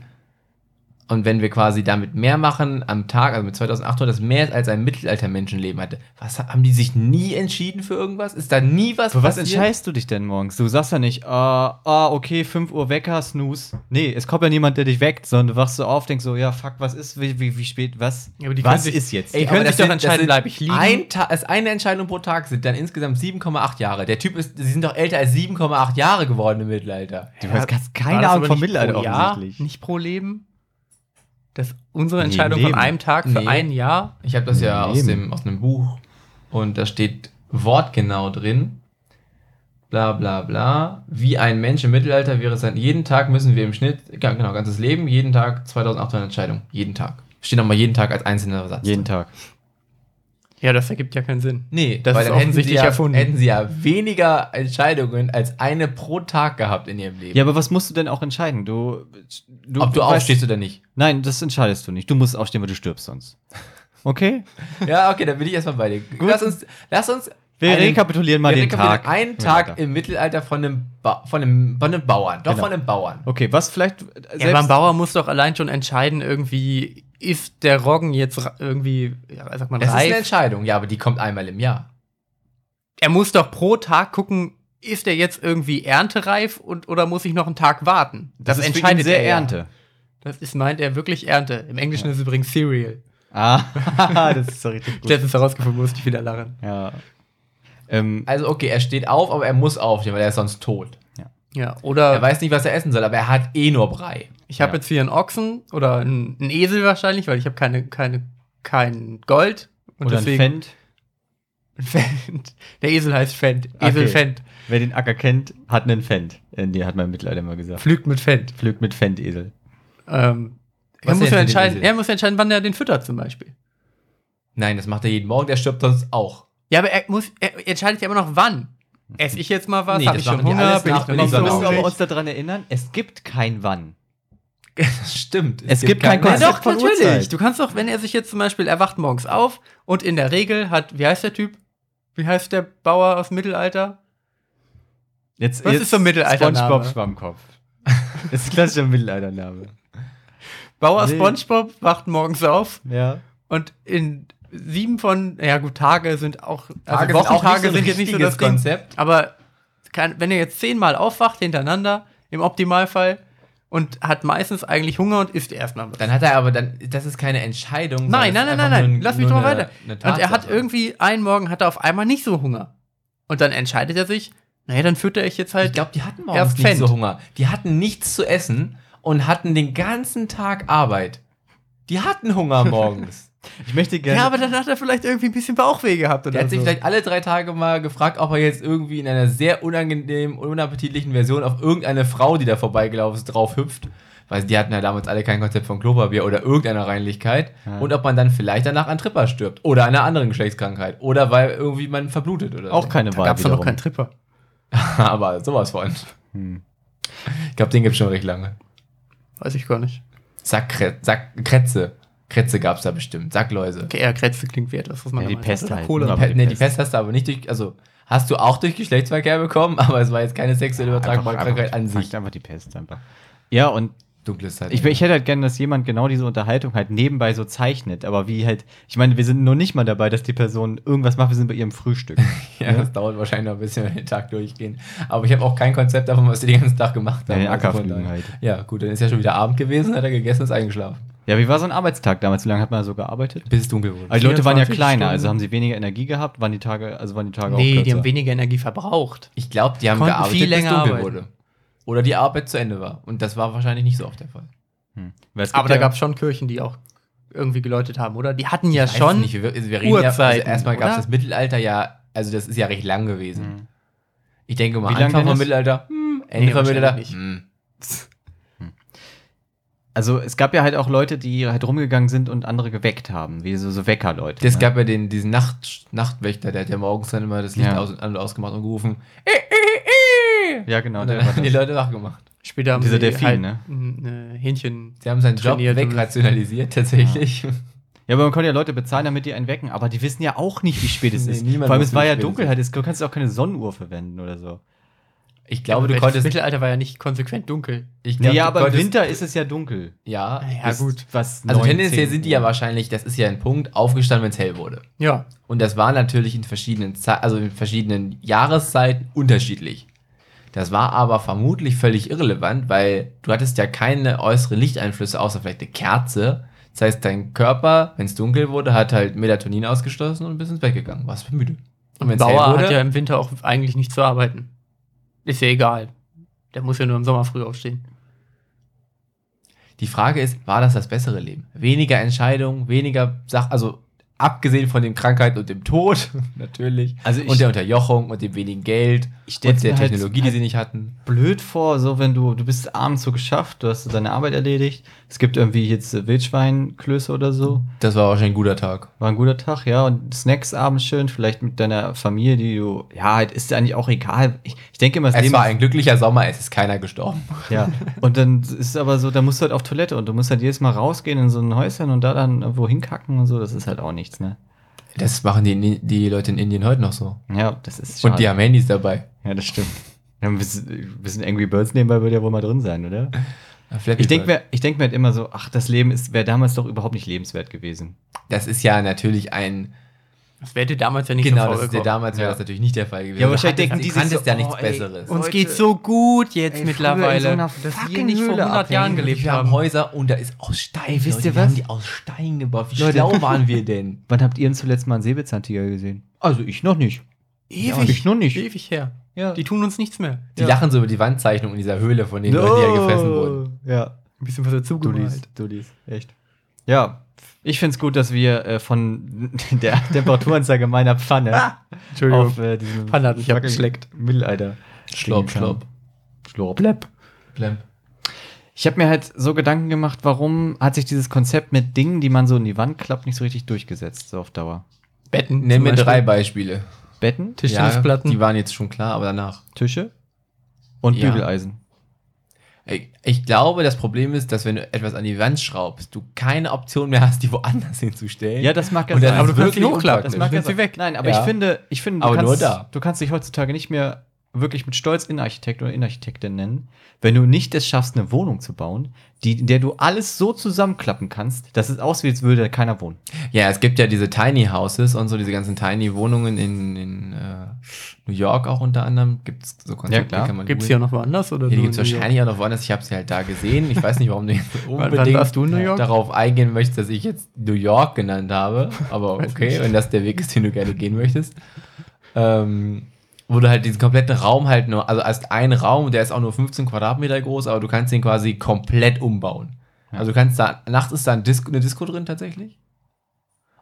Speaker 1: Und wenn wir quasi damit mehr machen am Tag, also mit 2800, das mehr ist als ein Mittelalter-Menschenleben hatte. Was haben die sich nie entschieden für irgendwas? Ist da nie was
Speaker 2: Für was entscheidest du dich denn morgens? Du sagst ja nicht, ah, ah, okay, 5 Uhr Wecker, Snooze. Nee, es kommt ja niemand, der dich weckt, sondern du wachst so auf, denkst so, ja, fuck, was ist, wie, wie, wie spät, was?
Speaker 4: Ja, aber die können
Speaker 2: was
Speaker 4: sich-
Speaker 2: ist jetzt?
Speaker 1: Ey,
Speaker 4: Die
Speaker 1: können
Speaker 4: können
Speaker 1: sich
Speaker 4: sich doch
Speaker 1: sind,
Speaker 4: entscheiden,
Speaker 1: entscheiden,
Speaker 4: bleib ich liegen?
Speaker 1: Ein Ta ist eine Entscheidung pro Tag sind dann insgesamt 7,8 Jahre. Der Typ ist, sie sind doch älter als 7,8 Jahre geworden im Mittelalter.
Speaker 2: Du hast hast
Speaker 4: War
Speaker 2: keine Ahnung
Speaker 4: das aber
Speaker 2: vom
Speaker 4: nicht
Speaker 2: Mittelalter
Speaker 4: pro Jahr,
Speaker 2: offensichtlich.
Speaker 4: nicht pro Leben. Das ist unsere
Speaker 2: Nee,
Speaker 4: Entscheidung
Speaker 2: Leben.
Speaker 4: von einem Tag für
Speaker 1: Nee.
Speaker 4: ein Jahr.
Speaker 1: Ich habe das ja aus,
Speaker 2: Eben.
Speaker 1: dem, aus einem Buch und da steht wortgenau drin. Bla bla bla. Wie ein Mensch im Mittelalter wäre es dann, jeden Tag müssen wir im Schnitt, ja, genau, ganzes Leben, jeden Tag 2800 Entscheidungen. Jeden Tag. Steht nochmal jeden Tag als einzelner Satz.
Speaker 2: Jeden Tag.
Speaker 4: Ja, das ergibt ja keinen Sinn.
Speaker 1: Nee,
Speaker 4: Das
Speaker 1: weil
Speaker 4: ist
Speaker 1: dann hätten sie
Speaker 4: offensichtlich
Speaker 1: ja,
Speaker 4: erfunden.
Speaker 1: Hätten sie ja weniger Entscheidungen als eine pro Tag gehabt in ihrem Leben.
Speaker 2: Ja, aber was musst du denn auch entscheiden? Du, du
Speaker 1: Ob du
Speaker 2: weißt-
Speaker 1: aufstehst oder nicht.
Speaker 2: Nein, das entscheidest du nicht. Du musst aufstehen, weil du stirbst sonst. Okay?
Speaker 1: Ja, okay, dann bin ich erstmal bei dir. Lass uns, lass uns
Speaker 2: Wir
Speaker 1: einen-
Speaker 2: rekapitulieren mal
Speaker 1: wir
Speaker 2: den
Speaker 1: rekapitulieren
Speaker 2: Tag.
Speaker 1: Einen Tag im Mittelalter von einem, ba von einem, von einem Bauern. Doch,
Speaker 2: Genau.
Speaker 1: von einem Bauern.
Speaker 2: Okay, was vielleicht.
Speaker 4: Ja, aber ein Bauer muss doch allein schon entscheiden, irgendwie, ist der Roggen jetzt ra- irgendwie, ja, sag mal,
Speaker 1: Das ist eine
Speaker 4: reif?
Speaker 1: Entscheidung, ja, aber die kommt einmal im Jahr.
Speaker 4: Er muss doch pro Tag gucken, ist der jetzt irgendwie erntereif und, oder muss ich noch einen Tag warten?
Speaker 2: das, ist entscheidet sehr Ernte.
Speaker 4: Das ist, meint er wirklich Ernte. Im Englischen ist es übrigens Cereal.
Speaker 2: Ah, das ist so richtig
Speaker 4: Ich letztens herausgefunden, musste ich wieder lachen.
Speaker 2: Ja. Ähm,
Speaker 1: Also, okay, er steht auf, aber er muss aufstehen, weil er ist sonst tot.
Speaker 4: Ja, oder
Speaker 1: Er weiß nicht, was er essen soll, aber er hat eh nur Brei.
Speaker 4: ich habe
Speaker 2: ja.
Speaker 4: jetzt hier einen Ochsen oder einen, einen Esel wahrscheinlich, weil ich habe keine, keine, kein Gold. Und
Speaker 2: oder ein Fend.
Speaker 4: Fendt. Der Esel heißt Fendt.
Speaker 1: Ah,
Speaker 4: Esel
Speaker 2: Okay.
Speaker 4: Fendt.
Speaker 2: Wer den Acker kennt, hat einen Fend. Äh, Nee, hat mein Mittelalter mal gesagt.
Speaker 4: Pflügt mit Fendt.
Speaker 2: Pflügt mit Fendesel.
Speaker 4: Ähm, er,
Speaker 1: Was
Speaker 4: muss
Speaker 1: denn jetzt mit
Speaker 4: ja
Speaker 1: dem
Speaker 4: entscheiden,
Speaker 1: Esel?
Speaker 4: er muss ja entscheiden, wann er den füttert zum Beispiel.
Speaker 1: Nein, das macht er jeden Morgen, der stirbt sonst auch.
Speaker 4: Ja, aber er, muss, er entscheidet ja immer noch, wann. Esse ich jetzt mal was?
Speaker 1: Nee,
Speaker 4: Hab
Speaker 1: das
Speaker 4: ich schon
Speaker 1: machen die
Speaker 4: Hunger?
Speaker 1: alles
Speaker 4: Bin
Speaker 1: nach
Speaker 4: ich noch
Speaker 1: Belieben.
Speaker 4: nicht so
Speaker 1: Genau.
Speaker 2: müssen wir
Speaker 4: hungrig?
Speaker 2: uns daran erinnern, es gibt kein Wann.
Speaker 1: Stimmt.
Speaker 2: Es gibt kein
Speaker 4: Ja,
Speaker 1: keinen-
Speaker 2: Konzept
Speaker 4: doch,
Speaker 2: von
Speaker 4: natürlich.
Speaker 2: Uhrzeit.
Speaker 4: Du kannst doch, wenn er sich jetzt zum Beispiel, er wacht morgens auf und in der Regel hat, wie heißt der Typ? Wie heißt der Bauer aus dem Mittelalter?
Speaker 2: Jetzt,
Speaker 4: Was ist so ein Mittelaltername?
Speaker 2: SpongeBob Schwammkopf. Das ist ein klassischer Mittelaltername.
Speaker 4: Bauer
Speaker 2: Nee.
Speaker 4: SpongeBob wacht morgens auf
Speaker 2: Ja.
Speaker 4: und in sieben von, ja gut, Tage sind auch,
Speaker 1: Tage sind auch
Speaker 4: also Wochentage
Speaker 1: nicht so ein
Speaker 4: sind jetzt nicht so das
Speaker 1: richtiges
Speaker 4: Konzept.
Speaker 1: Konzept.
Speaker 4: Aber kann, wenn er jetzt zehnmal aufwacht hintereinander, im Optimalfall, und hat meistens eigentlich Hunger und isst erstmal was.
Speaker 1: Dann hat er aber, dann, das ist keine Entscheidung.
Speaker 4: Nein, nein, nein, nein, nein. Lass mich doch
Speaker 1: mal
Speaker 4: mal weiter. und er hat irgendwie, einen Morgen hat er auf einmal nicht so Hunger. Und dann entscheidet er sich, naja, dann fütter ich jetzt halt.
Speaker 1: Ich glaube, die hatten
Speaker 4: Erst
Speaker 1: morgens nicht
Speaker 4: Pfennig.
Speaker 1: so Hunger. Die hatten nichts zu essen und hatten den ganzen Tag Arbeit. Die hatten Hunger morgens.
Speaker 2: Ich möchte gerne.
Speaker 4: ja, aber dann hat er vielleicht irgendwie ein bisschen Bauchweh gehabt oder
Speaker 1: Der hat sich
Speaker 2: Also
Speaker 4: so.
Speaker 1: vielleicht alle drei Tage mal gefragt, ob er jetzt irgendwie in einer sehr unangenehmen, unappetitlichen Version auf irgendeine Frau, die da vorbeigelaufen ist, drauf hüpft. Weil die hatten ja damals alle kein Konzept von Klopapier oder irgendeiner Reinlichkeit.
Speaker 2: Ja.
Speaker 1: Und ob man dann vielleicht danach an Tripper stirbt oder einer anderen Geschlechtskrankheit. Oder weil irgendwie man verblutet oder
Speaker 2: auch keine
Speaker 4: da
Speaker 2: Wahl.
Speaker 4: gab es doch noch
Speaker 2: wiederum.
Speaker 4: keinen Tripper.
Speaker 1: Aber sowas von.
Speaker 2: Hm.
Speaker 1: Ich glaube, den gibt's schon recht lange.
Speaker 4: Weiß ich gar nicht.
Speaker 1: Sack, Sack, Kretze. Kretze gab's da bestimmt. Sackläuse.
Speaker 4: Okay, eher Krätze klingt wie etwas, was man
Speaker 2: Ja,
Speaker 4: damals
Speaker 2: die Pest
Speaker 4: hatte.
Speaker 2: halt,
Speaker 4: Cholera.
Speaker 2: ne?
Speaker 1: Pe nee, die
Speaker 2: Pest.
Speaker 1: Pest hast du aber nicht durch. Also, hast du auch durch Geschlechtsverkehr bekommen, aber es war jetzt keine sexuell übertragbare Krankheit an sich.
Speaker 2: Einfach, einfach die Pest einfach. Ja, und
Speaker 1: Dunkles Zeit.
Speaker 2: ich, ich hätte halt gerne, dass jemand genau diese Unterhaltung halt nebenbei so zeichnet. Aber wie halt, ich meine, wir sind noch nicht mal dabei, dass die Person irgendwas macht, wir sind bei ihrem Frühstück.
Speaker 1: ja, das dauert wahrscheinlich noch ein bisschen, wenn wir den Tag durchgehen. Aber ich habe auch kein Konzept davon, was die den ganzen Tag gemacht
Speaker 2: Ja,
Speaker 1: haben. Also
Speaker 2: den Acker
Speaker 1: von
Speaker 2: pflügen
Speaker 1: daher-
Speaker 2: halt.
Speaker 1: Ja, gut, dann ist ja schon wieder Abend gewesen, hat er gegessen, ist eingeschlafen.
Speaker 2: ja, wie war so ein Arbeitstag damals? Wie lange hat man so gearbeitet?
Speaker 1: Bis es dunkel wurde.
Speaker 2: Also die Leute waren ja
Speaker 4: 24
Speaker 2: kleiner,
Speaker 4: Stunden.
Speaker 2: also haben sie weniger Energie gehabt, waren die Tage, also waren die Tage
Speaker 4: Nee,
Speaker 2: auch
Speaker 4: die
Speaker 2: kürzer.
Speaker 4: haben weniger Energie verbraucht.
Speaker 1: Ich glaube, die haben
Speaker 4: Konnten
Speaker 1: gearbeitet,
Speaker 4: viel länger
Speaker 1: bis dunkel
Speaker 4: arbeiten.
Speaker 1: wurde. Oder die Arbeit zu Ende war. Und das war wahrscheinlich nicht so oft der Fall.
Speaker 2: Hm. Weil es gibt
Speaker 4: Aber da
Speaker 2: ja-
Speaker 4: gab es schon Kirchen, die auch irgendwie geläutet haben, oder? Die hatten ja
Speaker 1: Weiß
Speaker 4: schon.
Speaker 1: Nicht, wir, also wir reden ja, also
Speaker 4: Urzeiten,
Speaker 1: erstmal gab es
Speaker 4: oder?
Speaker 1: das Mittelalter ja, also das ist ja recht lang gewesen.
Speaker 2: Hm.
Speaker 1: Ich denke mal,
Speaker 2: Wie lang
Speaker 1: Anfang vom
Speaker 2: denn das? Mhm.
Speaker 1: Mittelalter, hm, Ende
Speaker 4: Nee,
Speaker 1: vom Mittelalter,
Speaker 4: wahrscheinlich nicht.
Speaker 1: hm.
Speaker 2: Also es gab ja halt auch Leute, die halt rumgegangen sind und andere geweckt haben, wie so, so Weckerleute.
Speaker 1: Es
Speaker 2: ne?
Speaker 1: gab ja den, diesen Nacht, Nachtwächter, der hat ja morgens dann immer das Licht
Speaker 2: Ja.
Speaker 1: aus und an und ausgemacht und gerufen.
Speaker 4: Äh,
Speaker 2: ja genau.
Speaker 1: und
Speaker 2: der
Speaker 1: dann
Speaker 2: war
Speaker 1: haben die
Speaker 2: das.
Speaker 1: Leute wach gemacht.
Speaker 4: Später haben
Speaker 2: Dieser
Speaker 4: sie
Speaker 2: Delfin,
Speaker 4: halt
Speaker 2: ne?
Speaker 4: ein äh, Hähnchen.
Speaker 1: Sie haben seinen Job
Speaker 4: Trainiert und-
Speaker 1: wegrationalisiert, tatsächlich.
Speaker 2: Ja, aber man konnte ja Leute bezahlen, damit die einen wecken, aber die wissen ja auch nicht, wie spät es
Speaker 1: Nee,
Speaker 2: ist.
Speaker 1: niemand
Speaker 2: Vor allem
Speaker 1: weiß,
Speaker 2: es war
Speaker 1: wie
Speaker 2: ja
Speaker 1: spät es
Speaker 2: Dunkelheit, es- du kannst auch keine Sonnenuhr verwenden oder so.
Speaker 1: Ich glaube, du
Speaker 4: Das
Speaker 1: konntest.
Speaker 4: Mittelalter war ja nicht konsequent dunkel.
Speaker 1: Ich
Speaker 2: Ja,
Speaker 1: glaube,
Speaker 2: ja
Speaker 1: du
Speaker 2: aber im
Speaker 1: konntest-
Speaker 2: Winter ist es ja dunkel.
Speaker 1: Ja,
Speaker 4: Ja,
Speaker 1: ist-
Speaker 4: gut.
Speaker 2: Was
Speaker 1: Also
Speaker 2: neun,
Speaker 1: tendenziell
Speaker 2: zehn
Speaker 1: sind die ja
Speaker 2: Uhr.
Speaker 1: wahrscheinlich, das ist ja ein Punkt, aufgestanden, wenn es hell wurde.
Speaker 4: Ja.
Speaker 1: Und das war natürlich in verschiedenen, Ze- also in verschiedenen Jahreszeiten unterschiedlich. Das war aber vermutlich völlig irrelevant, weil du hattest ja keine äußeren Lichteinflüsse, außer vielleicht eine Kerze. Das heißt, dein Körper, wenn es dunkel wurde, hat halt Melatonin ausgeschlossen und bist ins Bett gegangen. Warst müde. Und wenn's
Speaker 4: Bauer hat ja im Winter auch eigentlich nicht zu arbeiten. Ist ja egal. Der muss ja nur im Sommer früh aufstehen.
Speaker 1: Die Frage ist, war das das bessere Leben? Weniger Entscheidungen, weniger Sachen, also abgesehen von den Krankheiten und dem Tod, natürlich,
Speaker 2: Also ich-
Speaker 1: und der Unterjochung und dem wenigen Geld
Speaker 2: Ich stell's
Speaker 1: und der
Speaker 2: mir halt-
Speaker 1: Technologie, die sie nicht hatten.
Speaker 2: blöd vor, so wenn du, du bist abends so geschafft, du hast so deine Arbeit erledigt. Es gibt irgendwie jetzt äh, Wildschweinklöße oder so.
Speaker 1: Das war wahrscheinlich ein guter Tag.
Speaker 2: War ein guter Tag, ja. Und Snacks abends schön, vielleicht mit deiner Familie, die du, ja, halt ist dir eigentlich auch egal. Ich, ich denke immer, das
Speaker 1: Es war ein glücklicher Sommer, es ist keiner gestorben.
Speaker 2: Ja, und dann ist es aber so, da musst du halt auf Toilette und du musst halt jedes Mal rausgehen in so ein Häuschen und da dann irgendwo hinkacken und so, das ist halt auch nichts, ne?
Speaker 1: Das machen die, die Leute in Indien heute noch so.
Speaker 2: Ja, das ist
Speaker 1: Und die haben Handys dabei.
Speaker 2: Ja, das stimmt. Ja, Ein bisschen, ein bisschen Angry Birds nebenbei würde ja wohl mal drin sein, oder?
Speaker 1: Flappy
Speaker 2: Ich denke
Speaker 1: Bird.
Speaker 2: mir, ich denk mir halt immer so, ach, das Leben ist wäre damals doch überhaupt nicht lebenswert gewesen.
Speaker 1: das ist ja natürlich ein.
Speaker 4: Das wäre dir damals ja nicht
Speaker 1: genau,
Speaker 4: so
Speaker 1: das ist ja
Speaker 4: vorgekommen.
Speaker 1: damals wäre
Speaker 2: Ja.
Speaker 1: das natürlich nicht der Fall gewesen.
Speaker 2: Ja, aber wahrscheinlich denken die
Speaker 1: die
Speaker 2: sich
Speaker 1: kannst
Speaker 2: so,
Speaker 1: ja
Speaker 2: oh,
Speaker 1: nichts
Speaker 2: ey,
Speaker 1: Besseres.
Speaker 4: Uns
Speaker 2: Leute,
Speaker 4: geht's so gut jetzt
Speaker 2: ey, früher in so
Speaker 4: mittlerweile,
Speaker 2: einer
Speaker 4: dass wir
Speaker 2: fucking
Speaker 4: nicht vor
Speaker 2: Höhle
Speaker 4: 100 Jahren
Speaker 2: abhängen.
Speaker 4: gelebt
Speaker 1: Wir haben
Speaker 4: haben.
Speaker 1: Häuser und da ist aus Stein.
Speaker 2: Ey, wisst
Speaker 1: Leute,
Speaker 2: ihr
Speaker 1: wir
Speaker 2: was?
Speaker 1: haben die aus Stein gebaut. Wie
Speaker 2: Leute.
Speaker 1: schlau waren wir denn?
Speaker 2: Wann habt ihr denn zuletzt mal einen Säbelzahntiger gesehen? Also ich noch nicht. Ja, ich noch nicht.
Speaker 4: Ewig her.
Speaker 2: Ja.
Speaker 4: Die tun uns nichts mehr.
Speaker 1: Die lachen so über die Wandzeichnung in dieser Höhle von den Leuten, die ja gefressen wurden.
Speaker 2: Ja,
Speaker 4: Oh, Ein bisschen was dazu gemalt.
Speaker 2: Dullis, echt. Ja, ich find's gut, dass wir äh, von der Temperaturanzeige meiner Pfanne
Speaker 4: Ah, Entschuldigung.
Speaker 2: auf äh, diesem
Speaker 4: Pfanne hat mich
Speaker 2: fucking
Speaker 4: abgeschleckt.
Speaker 2: Mittelalter.
Speaker 1: Schlopp,
Speaker 2: klingen
Speaker 1: schlopp.
Speaker 2: kann. Schlopp, blepp. Ich habe mir halt so Gedanken gemacht, warum hat sich dieses Konzept mit Dingen, die man so in die Wand klappt, nicht so richtig durchgesetzt, so auf Dauer.
Speaker 4: Betten.
Speaker 1: Nenn
Speaker 4: zum
Speaker 1: mir
Speaker 4: Beispiel.
Speaker 1: drei Beispiele.
Speaker 2: Betten,
Speaker 4: Tischtennisplatten.
Speaker 1: die waren jetzt schon klar, aber danach.
Speaker 2: Tische und
Speaker 1: Ja.
Speaker 2: Bügeleisen.
Speaker 1: Ich, ich glaube, das Problem ist, dass wenn du etwas an die Wand schraubst, du keine Option mehr hast, die woanders hinzustellen.
Speaker 2: Ja, das mag ja
Speaker 1: Und dann
Speaker 2: sein.
Speaker 1: ist
Speaker 4: Aber du kannst
Speaker 1: wirklich
Speaker 4: sie hochklappen.
Speaker 1: unpraktisch. ne?
Speaker 2: Das mag
Speaker 4: Sind
Speaker 2: ja
Speaker 4: sie
Speaker 2: sein.
Speaker 4: weg?
Speaker 2: Nein, aber
Speaker 1: Ja.
Speaker 2: ich finde, ich finde du,
Speaker 1: Aber
Speaker 2: kannst,
Speaker 1: nur da.
Speaker 2: du kannst dich heutzutage nicht mehr wirklich mit Stolz Innenarchitekt oder Innenarchitektin nennen, wenn du nicht es schaffst, eine Wohnung zu bauen, die, in der du alles so zusammenklappen kannst, dass es aussieht, als würde keiner wohnen.
Speaker 1: Ja, es gibt ja diese Tiny Houses und so diese ganzen Tiny Wohnungen in, in äh, New York auch unter anderem. Gibt es so Konzepte,
Speaker 2: klar.
Speaker 1: kann man
Speaker 4: Gibt's hier
Speaker 1: googeln.
Speaker 4: noch woanders? Oder
Speaker 1: Hier
Speaker 4: nur
Speaker 1: gibt es
Speaker 4: in New York?
Speaker 1: wahrscheinlich auch noch woanders. Ich habe sie halt da gesehen. Ich weiß nicht, warum du jetzt
Speaker 4: wann
Speaker 1: unbedingt
Speaker 4: warst du in New York?
Speaker 1: darauf eingehen möchtest, dass ich jetzt New York genannt habe. Aber
Speaker 4: Weiß
Speaker 1: okay,
Speaker 4: nicht.
Speaker 1: wenn das der Weg ist, den du gerne gehen möchtest. Ähm, wo du halt diesen kompletten Raum halt nur, also erst ein Raum, der ist auch nur 15 Quadratmeter groß, aber du kannst den quasi komplett umbauen.
Speaker 2: Ja.
Speaker 1: Also du kannst da, nachts ist da ein Disco, eine Disco drin tatsächlich.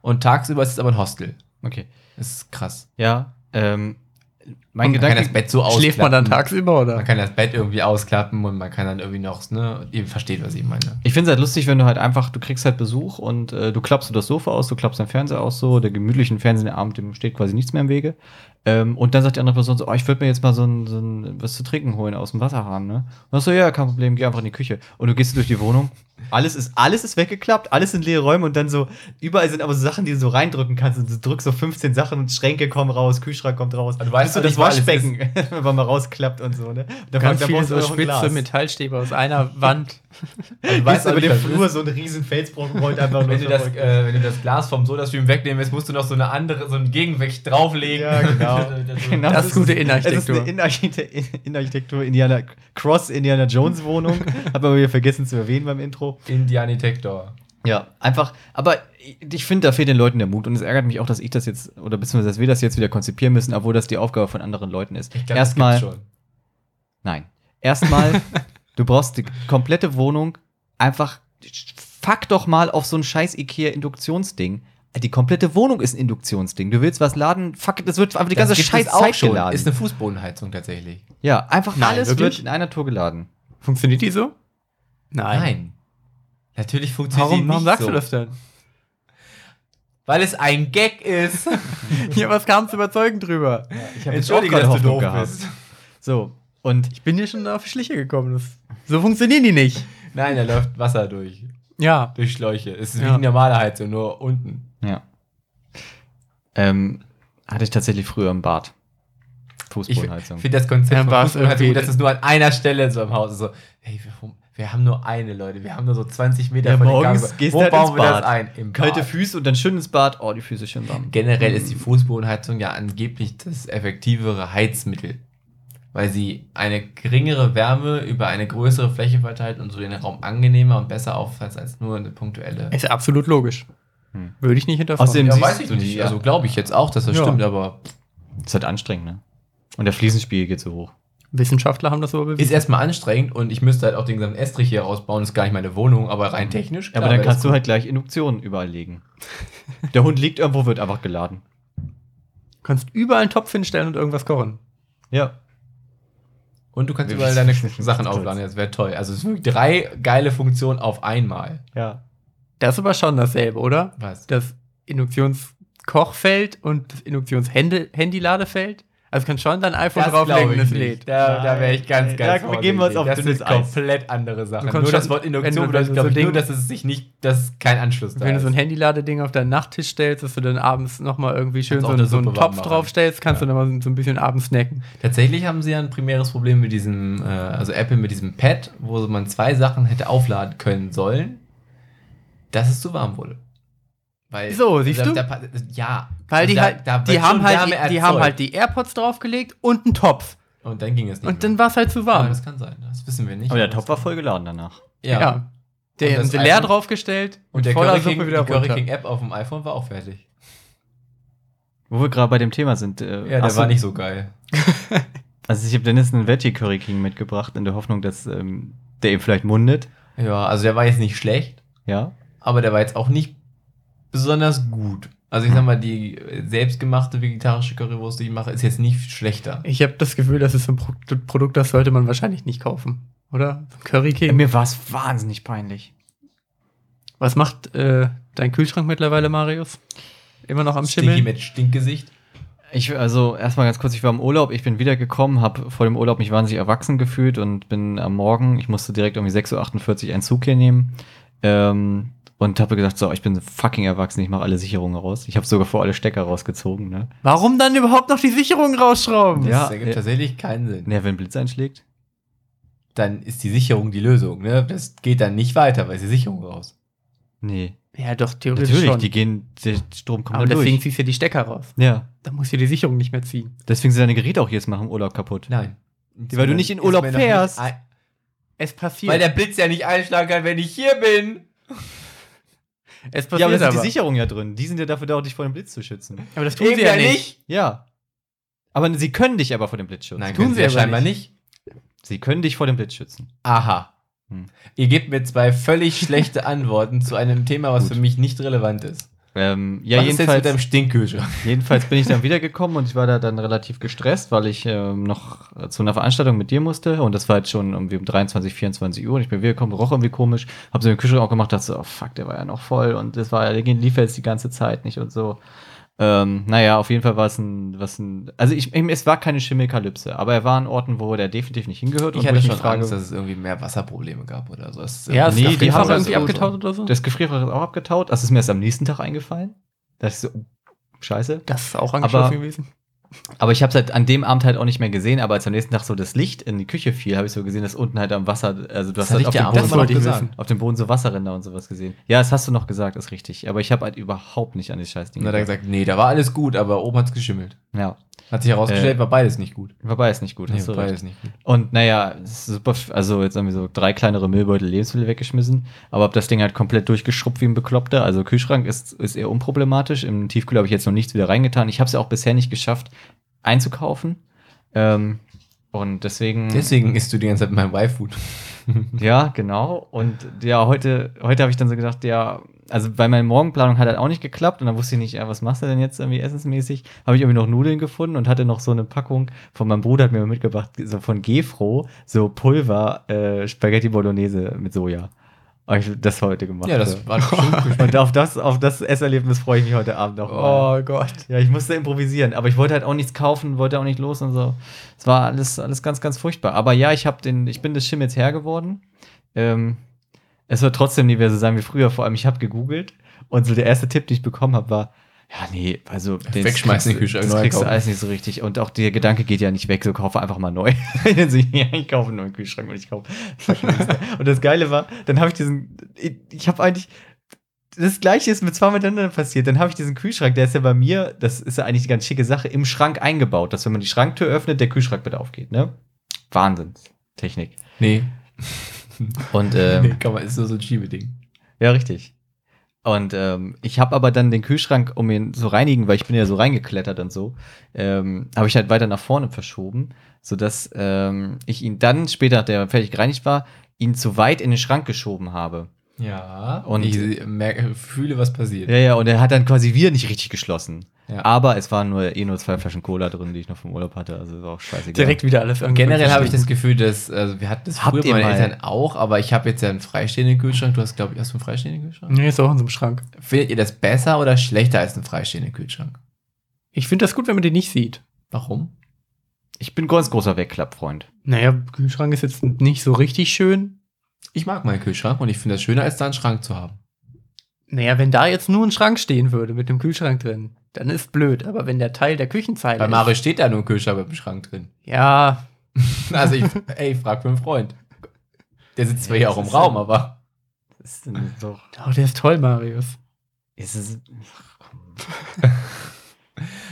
Speaker 1: Und tagsüber ist es aber ein Hostel.
Speaker 2: Okay.
Speaker 1: Das ist krass.
Speaker 2: Ja, ähm, mein
Speaker 1: man
Speaker 2: Gedanke.
Speaker 1: kann das Bett so ausklappen.
Speaker 4: Schläft man dann tagsüber oder?
Speaker 1: Man kann das Bett irgendwie ausklappen und man kann dann irgendwie noch, ne, ihr versteht, was ich meine.
Speaker 2: Ich finde es halt lustig, wenn du halt einfach, du kriegst halt Besuch und äh, du klappst so das Sofa aus, du klappst deinen Fernseher aus, so, der gemütlichen Fernseherabend, dem steht quasi nichts mehr im Wege. Ähm, und dann sagt die andere Person so, oh, ich würde mir jetzt mal so ein, so ein, was zu trinken holen aus dem Wasserhahn, ne? Und dann so, ja, kein Problem, geh einfach in die Küche. Und du gehst durch die Wohnung, alles ist, alles ist weggeklappt, alles sind leere Räume und dann so, überall sind aber so Sachen, die du so reindrücken kannst und du drückst so 15 Sachen und Schränke kommen raus, Kühlschrank kommt raus.
Speaker 1: Aber Also, du weißt
Speaker 2: Bis
Speaker 1: doch
Speaker 2: das
Speaker 1: nicht, wo alles
Speaker 2: Waschbecken, wenn man mal rausklappt und so, ne? Und dann
Speaker 4: Ganz
Speaker 2: da
Speaker 4: viele
Speaker 2: brauchst du
Speaker 4: so
Speaker 2: noch ein
Speaker 4: spitze
Speaker 2: Glas.
Speaker 4: Metallstäbe aus einer Wand.
Speaker 1: Du
Speaker 2: Weißt
Speaker 1: weißt
Speaker 2: du,
Speaker 1: aber
Speaker 2: über
Speaker 1: nicht, was
Speaker 2: den
Speaker 1: es
Speaker 2: Flur so einen riesen Felsbrocken rollt einfach
Speaker 1: Wenn du, das, äh, wenn du das Glas vom Sodastream wegnehmen willst, musst du noch so eine andere, so einen Gegenwicht drauflegen.
Speaker 2: Ja, genau.
Speaker 1: äh,
Speaker 2: Genau,
Speaker 4: Das ist gute
Speaker 2: Es ist eine
Speaker 4: Innenarchitektur.
Speaker 2: Innenarchite- In- Innenarchitektur Indiana Cross Indiana Jones Wohnung. Habe aber wieder vergessen zu erwähnen beim Intro.
Speaker 1: Indianitector.
Speaker 2: Ja, einfach. Aber ich- ich finde, da fehlt den Leuten der Mut. Und es ärgert mich auch, dass ich das jetzt, oder beziehungsweise dass wir das jetzt wieder konzipieren müssen, obwohl das die Aufgabe von anderen Leuten ist.
Speaker 1: Ich glaub, das
Speaker 2: Erstmal.
Speaker 1: gibt's schon.
Speaker 2: Nein. Erstmal, du brauchst die komplette Wohnung einfach. Fuck doch mal auf so ein scheiß IKEA-Induktionsding. Die komplette Wohnung ist ein Induktionsding. Du willst was laden, fuck, das wird einfach die ganze
Speaker 1: gibt es
Speaker 2: scheiß
Speaker 1: auch
Speaker 2: Zeit
Speaker 1: schon.
Speaker 2: geladen.
Speaker 1: Ist eine Fußbodenheizung tatsächlich.
Speaker 2: ja, einfach
Speaker 4: Nein,
Speaker 2: alles
Speaker 4: wirklich?
Speaker 2: wird in einer Tour geladen.
Speaker 4: Funktioniert die so? Nein.
Speaker 1: Natürlich funktioniert sie
Speaker 4: Warum,
Speaker 1: nicht
Speaker 4: warum sagst
Speaker 1: so.
Speaker 4: du das denn?
Speaker 1: Weil es ein Gag ist.
Speaker 4: Ja, was kam zu überzeugen drüber?
Speaker 2: Ich habe So, und
Speaker 4: Ich bin dir schon auf die Schliche gekommen. Das, so funktionieren die nicht.
Speaker 1: Nein, da läuft Wasser durch.
Speaker 4: Ja.
Speaker 1: Durch Schläuche. Es ist wie
Speaker 4: Ja.
Speaker 1: eine normale Heizung, nur unten.
Speaker 2: ja. Ähm, hatte ich tatsächlich früher im Bad.
Speaker 1: Ich
Speaker 2: Fußbodenheizung.
Speaker 1: finde das Konzept
Speaker 4: Ja,
Speaker 1: von
Speaker 4: war's
Speaker 1: Fußbodenheizung,
Speaker 4: irgendwie-
Speaker 1: gut, dass es nur an einer Stelle in so einem Haus ist. So, hey, wir, wir haben nur eine, Leute. Wir haben nur so 20 Meter
Speaker 2: Ja,
Speaker 1: von den
Speaker 2: morgens
Speaker 1: Garten-
Speaker 2: gehst
Speaker 1: Wo
Speaker 2: halt
Speaker 1: bauen
Speaker 2: ins
Speaker 1: wir
Speaker 2: Bad?
Speaker 1: das ein? Im
Speaker 2: Kalte
Speaker 1: Bad.
Speaker 2: Füße und dann schön ins Bad. Oh, die Füße schön warm.
Speaker 1: Generell ist die Fußbodenheizung ja angeblich das effektivere Heizmittel, weil sie eine geringere Wärme über eine größere Fläche verteilt und so den Raum angenehmer und besser auffasst als nur eine punktuelle.
Speaker 4: Ist absolut logisch.
Speaker 2: Hm.
Speaker 4: Würde ich nicht hinterfragen.
Speaker 2: Außerdem-
Speaker 1: Ja,
Speaker 2: siehst
Speaker 1: weiß ich
Speaker 2: du die,
Speaker 1: nicht.
Speaker 2: ja.
Speaker 1: Also glaube ich jetzt auch, dass das
Speaker 4: Ja.
Speaker 1: stimmt, aber
Speaker 2: Ist halt anstrengend, ne? Und der Fliesenspiegel geht so hoch.
Speaker 4: Wissenschaftler haben das aber bewiesen.
Speaker 1: Ist erstmal anstrengend und ich müsste halt auch den gesamten Estrich hier ausbauen. Ist gar nicht meine Wohnung, aber rein technisch.
Speaker 2: aber dann kannst du halt gleich Induktionen überall legen. Der Hund liegt irgendwo, wird einfach geladen.
Speaker 4: Du kannst überall einen Topf hinstellen und irgendwas kochen.
Speaker 2: Ja.
Speaker 1: Und du kannst überall deine Sachen aufladen. Das wäre toll. Also es sind wirklich drei geile Funktionen auf einmal.
Speaker 2: Ja.
Speaker 4: Das ist aber schon dasselbe, oder?
Speaker 1: Was?
Speaker 4: Das Induktionskochfeld und das Induktionshandy-Ladefeld. Also du kannst schon dein iPhone drauflegen, das lädt.
Speaker 1: Da, da wäre ich ganz,
Speaker 2: Nein.
Speaker 1: ganz
Speaker 2: Da begeben wir uns
Speaker 1: vorsichtig.
Speaker 2: auf
Speaker 1: Das
Speaker 2: dünnes
Speaker 1: sind
Speaker 2: Eis.
Speaker 1: komplett andere Sachen.
Speaker 4: Du kannst
Speaker 1: Nur das
Speaker 4: schon-
Speaker 1: Wort
Speaker 4: wenn du-
Speaker 1: Induktion bedeutet,
Speaker 4: wenn du so
Speaker 1: glaube ich, nur,
Speaker 4: Ding-
Speaker 1: dass es sich nicht, dass kein Anschluss da
Speaker 4: Wenn du so ein
Speaker 1: ist.
Speaker 4: Handy-Ladeding auf deinen Nachttisch stellst, dass du dann abends nochmal irgendwie schön
Speaker 1: Kannst
Speaker 4: so,
Speaker 1: auch eine
Speaker 4: so einen
Speaker 1: Suppe warm
Speaker 4: Topf
Speaker 1: machen.
Speaker 4: draufstellst, kannst
Speaker 1: Ja.
Speaker 4: du dann mal so ein bisschen abends snacken.
Speaker 1: Tatsächlich haben sie ja ein primäres Problem mit diesem, äh, also Apple mit diesem Pad, wo man zwei Sachen hätte aufladen können sollen, dass es zu warm wurde. Weil,
Speaker 4: So, siehst
Speaker 1: da,
Speaker 4: du?
Speaker 1: Da, pa- ja. Also
Speaker 4: Weil die,
Speaker 1: da,
Speaker 4: halt,
Speaker 1: da wird
Speaker 4: die, haben
Speaker 1: schon
Speaker 4: halt,
Speaker 1: Wärme
Speaker 4: die, die haben
Speaker 1: erzeugt.
Speaker 4: halt die AirPods draufgelegt und einen Topf.
Speaker 1: Und dann ging es nicht
Speaker 4: Und dann war es halt zu
Speaker 1: warm.
Speaker 4: warm.
Speaker 1: das kann sein, das wissen wir nicht.
Speaker 2: Aber der Topf war voll geladen danach.
Speaker 1: Ja.
Speaker 4: Ja.
Speaker 1: Und
Speaker 4: Der
Speaker 1: das
Speaker 4: haben sie leer
Speaker 1: iPhone-
Speaker 4: draufgestellt
Speaker 1: Und
Speaker 4: mit
Speaker 1: der
Speaker 4: voller
Speaker 1: Curry King,
Speaker 4: Suppe
Speaker 1: die Curry
Speaker 4: runter.
Speaker 1: King App auf dem iPhone war auch fertig.
Speaker 2: Wo wir gerade bei dem Thema sind. Äh,
Speaker 1: Ja, der
Speaker 2: hast du-
Speaker 1: war nicht so geil.
Speaker 2: Also ich habe Dennis einen Veggie Curry King mitgebracht, in der Hoffnung, dass ähm, der ihm vielleicht mundet.
Speaker 1: Ja, also der war jetzt nicht schlecht,
Speaker 2: Ja.
Speaker 1: aber der war jetzt auch nicht besonders gut. Also ich sag mal, die selbstgemachte vegetarische Currywurst, die ich mache, ist jetzt nicht schlechter.
Speaker 4: Ich habe das Gefühl, das ist so ein Pro Produkt, das sollte man wahrscheinlich nicht kaufen, oder? So ein Curry King.
Speaker 2: Mir war es wahnsinnig peinlich.
Speaker 4: Was macht äh, dein Kühlschrank mittlerweile, Marius? Immer noch am
Speaker 1: Stinky
Speaker 4: Schimmel?
Speaker 1: mit Stinkgesicht.
Speaker 2: Ich, also erstmal ganz kurz, ich war im Urlaub, ich bin wiedergekommen, habe vor dem Urlaub mich wahnsinnig erwachsen gefühlt und bin am Morgen, ich musste direkt um die 6.48 Uhr einen Zug hier nehmen ähm, und habe gedacht, so, ich bin fucking erwachsen, ich mache alle Sicherungen raus. Ich habe sogar vor alle Stecker rausgezogen, ne?
Speaker 4: Warum dann überhaupt noch die Sicherung rausschrauben?
Speaker 2: Ja,
Speaker 1: das ergibt
Speaker 2: äh,
Speaker 1: tatsächlich keinen Sinn.
Speaker 2: Ne, wenn ein Blitz einschlägt.
Speaker 1: Dann ist die Sicherung die Lösung. Ne? Das geht dann nicht weiter, weil ist die Sicherung raus.
Speaker 2: Nee,
Speaker 4: Ja, doch, theoretisch
Speaker 2: natürlich,
Speaker 4: schon.
Speaker 2: die gehen, der Strom kommt
Speaker 4: Aber
Speaker 2: dann
Speaker 4: deswegen
Speaker 2: durch.
Speaker 4: ziehst du ja die Stecker raus.
Speaker 2: Ja,
Speaker 4: Da musst du die Sicherung nicht mehr ziehen.
Speaker 2: deswegen sind deine Geräte auch jedes Mal im Urlaub kaputt.
Speaker 1: Nein.
Speaker 2: Weil du nicht in Urlaub
Speaker 1: Ist mir noch
Speaker 2: fährst.
Speaker 1: nicht ein-
Speaker 4: Es passiert.
Speaker 1: Weil der Blitz ja nicht einschlagen kann, wenn ich hier bin.
Speaker 4: es
Speaker 2: ja,
Speaker 4: passiert
Speaker 2: aber da
Speaker 4: aber.
Speaker 2: sind die Sicherungen ja drin, die sind ja dafür da, dich vor dem Blitz zu schützen.
Speaker 4: aber das tun sie ja nicht.
Speaker 2: Ja. Aber sie können dich aber vor dem Blitz schützen.
Speaker 1: Nein,
Speaker 4: Tun
Speaker 1: tun sie
Speaker 4: sie
Speaker 1: ja
Speaker 4: aber
Speaker 1: scheinbar
Speaker 4: nicht.
Speaker 1: nicht.
Speaker 2: Sie können dich vor dem Blitz schützen.
Speaker 1: Aha.
Speaker 2: Hm.
Speaker 1: Ihr gebt mir zwei völlig schlechte Antworten zu einem Thema, was
Speaker 2: Gut.
Speaker 1: für mich nicht relevant ist.
Speaker 2: Ähm, ja,
Speaker 1: was ist jetzt mit deinem
Speaker 2: jedenfalls,
Speaker 1: Stinkkühlschrank?
Speaker 2: jedenfalls bin ich dann wiedergekommen und ich war da dann relativ gestresst, weil ich ähm, noch äh, zu einer Veranstaltung mit dir musste und das war jetzt schon irgendwie um 23, 24 Uhr und ich bin wiedergekommen, roch irgendwie komisch, hab so den Kühlschrank auch gemacht, dachte so, oh fuck, der war ja noch voll und das war ja, der ging- lief ja jetzt die ganze Zeit nicht und so. Ähm, naja, auf jeden Fall war es ein, was ein, also ich, ich, es war keine Schimmelkalypse, aber er war an Orten, wo der definitiv nicht hingehört und wo mich
Speaker 1: dass es irgendwie mehr Wasserprobleme gab oder so. Das ist
Speaker 4: Ja,
Speaker 1: irgendwie-
Speaker 4: es
Speaker 2: Nee,
Speaker 4: nee,
Speaker 2: die
Speaker 4: die
Speaker 2: haben
Speaker 4: haben
Speaker 2: also-
Speaker 4: irgendwie abgetaut oder so.
Speaker 2: Das Gefrierfach ist auch abgetaut. Das ist mir erst am nächsten Tag eingefallen. Das ist so, oh, scheiße.
Speaker 4: Das ist auch
Speaker 2: Aber-
Speaker 4: angeschlossen gewesen.
Speaker 2: Aber ich habe es halt an dem Abend halt auch nicht mehr gesehen, aber als am nächsten Tag so das Licht in die Küche fiel, habe ich so gesehen, dass unten halt am Wasser, also du
Speaker 1: das
Speaker 2: hast halt
Speaker 1: hatte ich
Speaker 2: auf
Speaker 1: dir
Speaker 2: dem,
Speaker 1: abends
Speaker 2: Boden,
Speaker 4: Das wollte
Speaker 1: noch
Speaker 4: ich
Speaker 1: gesagt.
Speaker 4: wissen.
Speaker 2: auf dem Boden so Wasserränder und sowas gesehen. Ja, das hast du noch gesagt, ist richtig. Aber ich habe halt überhaupt nicht an die Scheißdinge.
Speaker 1: Und dann hat er gesagt, nee, da war alles gut, aber oben hat es geschimmelt.
Speaker 2: Ja,
Speaker 1: Hat sich herausgestellt,
Speaker 2: Äh,
Speaker 1: war beides nicht gut.
Speaker 2: vorbei ist nicht gut, hast du recht.
Speaker 1: beides nicht gut.
Speaker 2: Und naja, es ist super, also jetzt haben wir so drei kleinere Müllbeutel Lebensmittel weggeschmissen, aber hab das Ding halt komplett durchgeschrubbt wie ein Bekloppter. Also Kühlschrank ist, ist eher unproblematisch. Im Tiefkühl habe ich jetzt noch nichts wieder reingetan. Ich habe es ja auch bisher nicht geschafft, einzukaufen. Ähm, und deswegen.
Speaker 1: Deswegen isst du die ganze Zeit mein Y-Food.
Speaker 2: Ja, genau. Und ja, heute, heute habe ich dann so gedacht, ja, also bei meiner Morgenplanung hat das auch nicht geklappt und dann wusste ich nicht, ja, was machst du denn jetzt irgendwie essensmäßig? Habe ich irgendwie noch Nudeln gefunden und hatte noch so eine Packung von meinem Bruder, hat mir mitgebracht, so von Gefro, so Pulver äh, Spaghetti Bolognese mit Soja. Hab ich das heute gemacht.
Speaker 1: Ja, das war schon
Speaker 2: und auf das, auf das Esserlebnis freue ich mich heute Abend auch. mal.
Speaker 1: Oh,
Speaker 4: Gott.
Speaker 2: Ja, ich musste improvisieren, aber ich wollte halt auch nichts kaufen, wollte auch nicht los und so. Es war alles, alles ganz, ganz furchtbar. Aber ja, ich habe den, ich bin des Schimmels Herr geworden. Ähm, es wird trotzdem nie mehr so sein wie früher. Vor allem, ich habe gegoogelt und so der erste Tipp, den ich bekommen habe, war, ja, nee, also den
Speaker 1: Wegschmeißen in die
Speaker 2: kriegst,
Speaker 1: Küche,
Speaker 2: das
Speaker 1: neu
Speaker 2: kriegst du
Speaker 1: kaufen.
Speaker 2: alles nicht so richtig. Und auch der Gedanke geht ja nicht weg, so kaufe einfach mal neu. Dann so, ja, ich kaufe einen neuen Kühlschrank und ich kaufe. und das Geile war, dann habe ich diesen, ich habe eigentlich, das gleiche ist mit zwei miteinander passiert. Dann habe ich diesen Kühlschrank, der ist ja bei mir, das ist ja eigentlich eine ganz schicke Sache, im Schrank eingebaut, dass wenn man die Schranktür öffnet, der Kühlschrank mit aufgeht, ne? Wahnsinnstechnik.
Speaker 1: Nee,
Speaker 2: Und
Speaker 1: nee
Speaker 2: ähm,
Speaker 1: ähm, kann man, ist nur so ein Schiebeding.
Speaker 2: ja, richtig. Und ähm, ich habe aber dann den Kühlschrank, um ihn zu reinigen, weil ich bin ja so reingeklettert und so, ähm, habe ich halt weiter nach vorne verschoben, sodass ähm, ich ihn dann später, nachdem er fertig gereinigt war, ihn zu weit in den Schrank geschoben habe.
Speaker 1: Ja. Und
Speaker 2: Und-
Speaker 1: ich merke, fühle, was passiert.
Speaker 2: Ja, ja, und er hat dann quasi wieder nicht richtig geschlossen.
Speaker 1: Ja.
Speaker 2: Aber es waren nur eh nur zwei Flaschen Cola drin, die ich noch vom Urlaub hatte, also war auch scheißegal.
Speaker 4: Direkt wieder alles angefangen.
Speaker 1: Generell habe ich das Gefühl, dass, also wir hatten das
Speaker 2: Habt
Speaker 1: früher
Speaker 2: ihr
Speaker 1: bei meinen
Speaker 2: mal-
Speaker 1: Eltern auch, aber ich habe jetzt ja einen freistehenden Kühlschrank. Du hast, glaube ich, hast du einen freistehenden Kühlschrank?
Speaker 4: Nee, ist auch in so einem Schrank.
Speaker 1: Findet ihr das besser oder schlechter als einen freistehenden Kühlschrank?
Speaker 4: Ich finde das gut, wenn man den nicht sieht.
Speaker 1: Warum?
Speaker 2: Ich bin ganz großer Wegklappfreund.
Speaker 4: Naja, Kühlschrank ist jetzt nicht so richtig schön.
Speaker 1: Ich mag meinen Kühlschrank und ich finde das schöner, als da einen Schrank zu haben.
Speaker 4: Naja, wenn da jetzt nur ein Schrank stehen würde mit dem Kühlschrank drin, dann ist blöd. Aber wenn der Teil der Küchenzeile
Speaker 1: Bei Mario steht da nur ein Kühlschrank mit dem Schrank drin.
Speaker 4: ist, ja,
Speaker 1: Also ich, ey, frag für einen Freund. Der sitzt zwar
Speaker 2: Ja,
Speaker 1: hier
Speaker 2: das
Speaker 1: auch im
Speaker 2: ist
Speaker 1: Raum,
Speaker 2: so.
Speaker 1: aber
Speaker 2: Ist denn doch.
Speaker 4: oh, der ist toll, Marius.
Speaker 2: Ist es.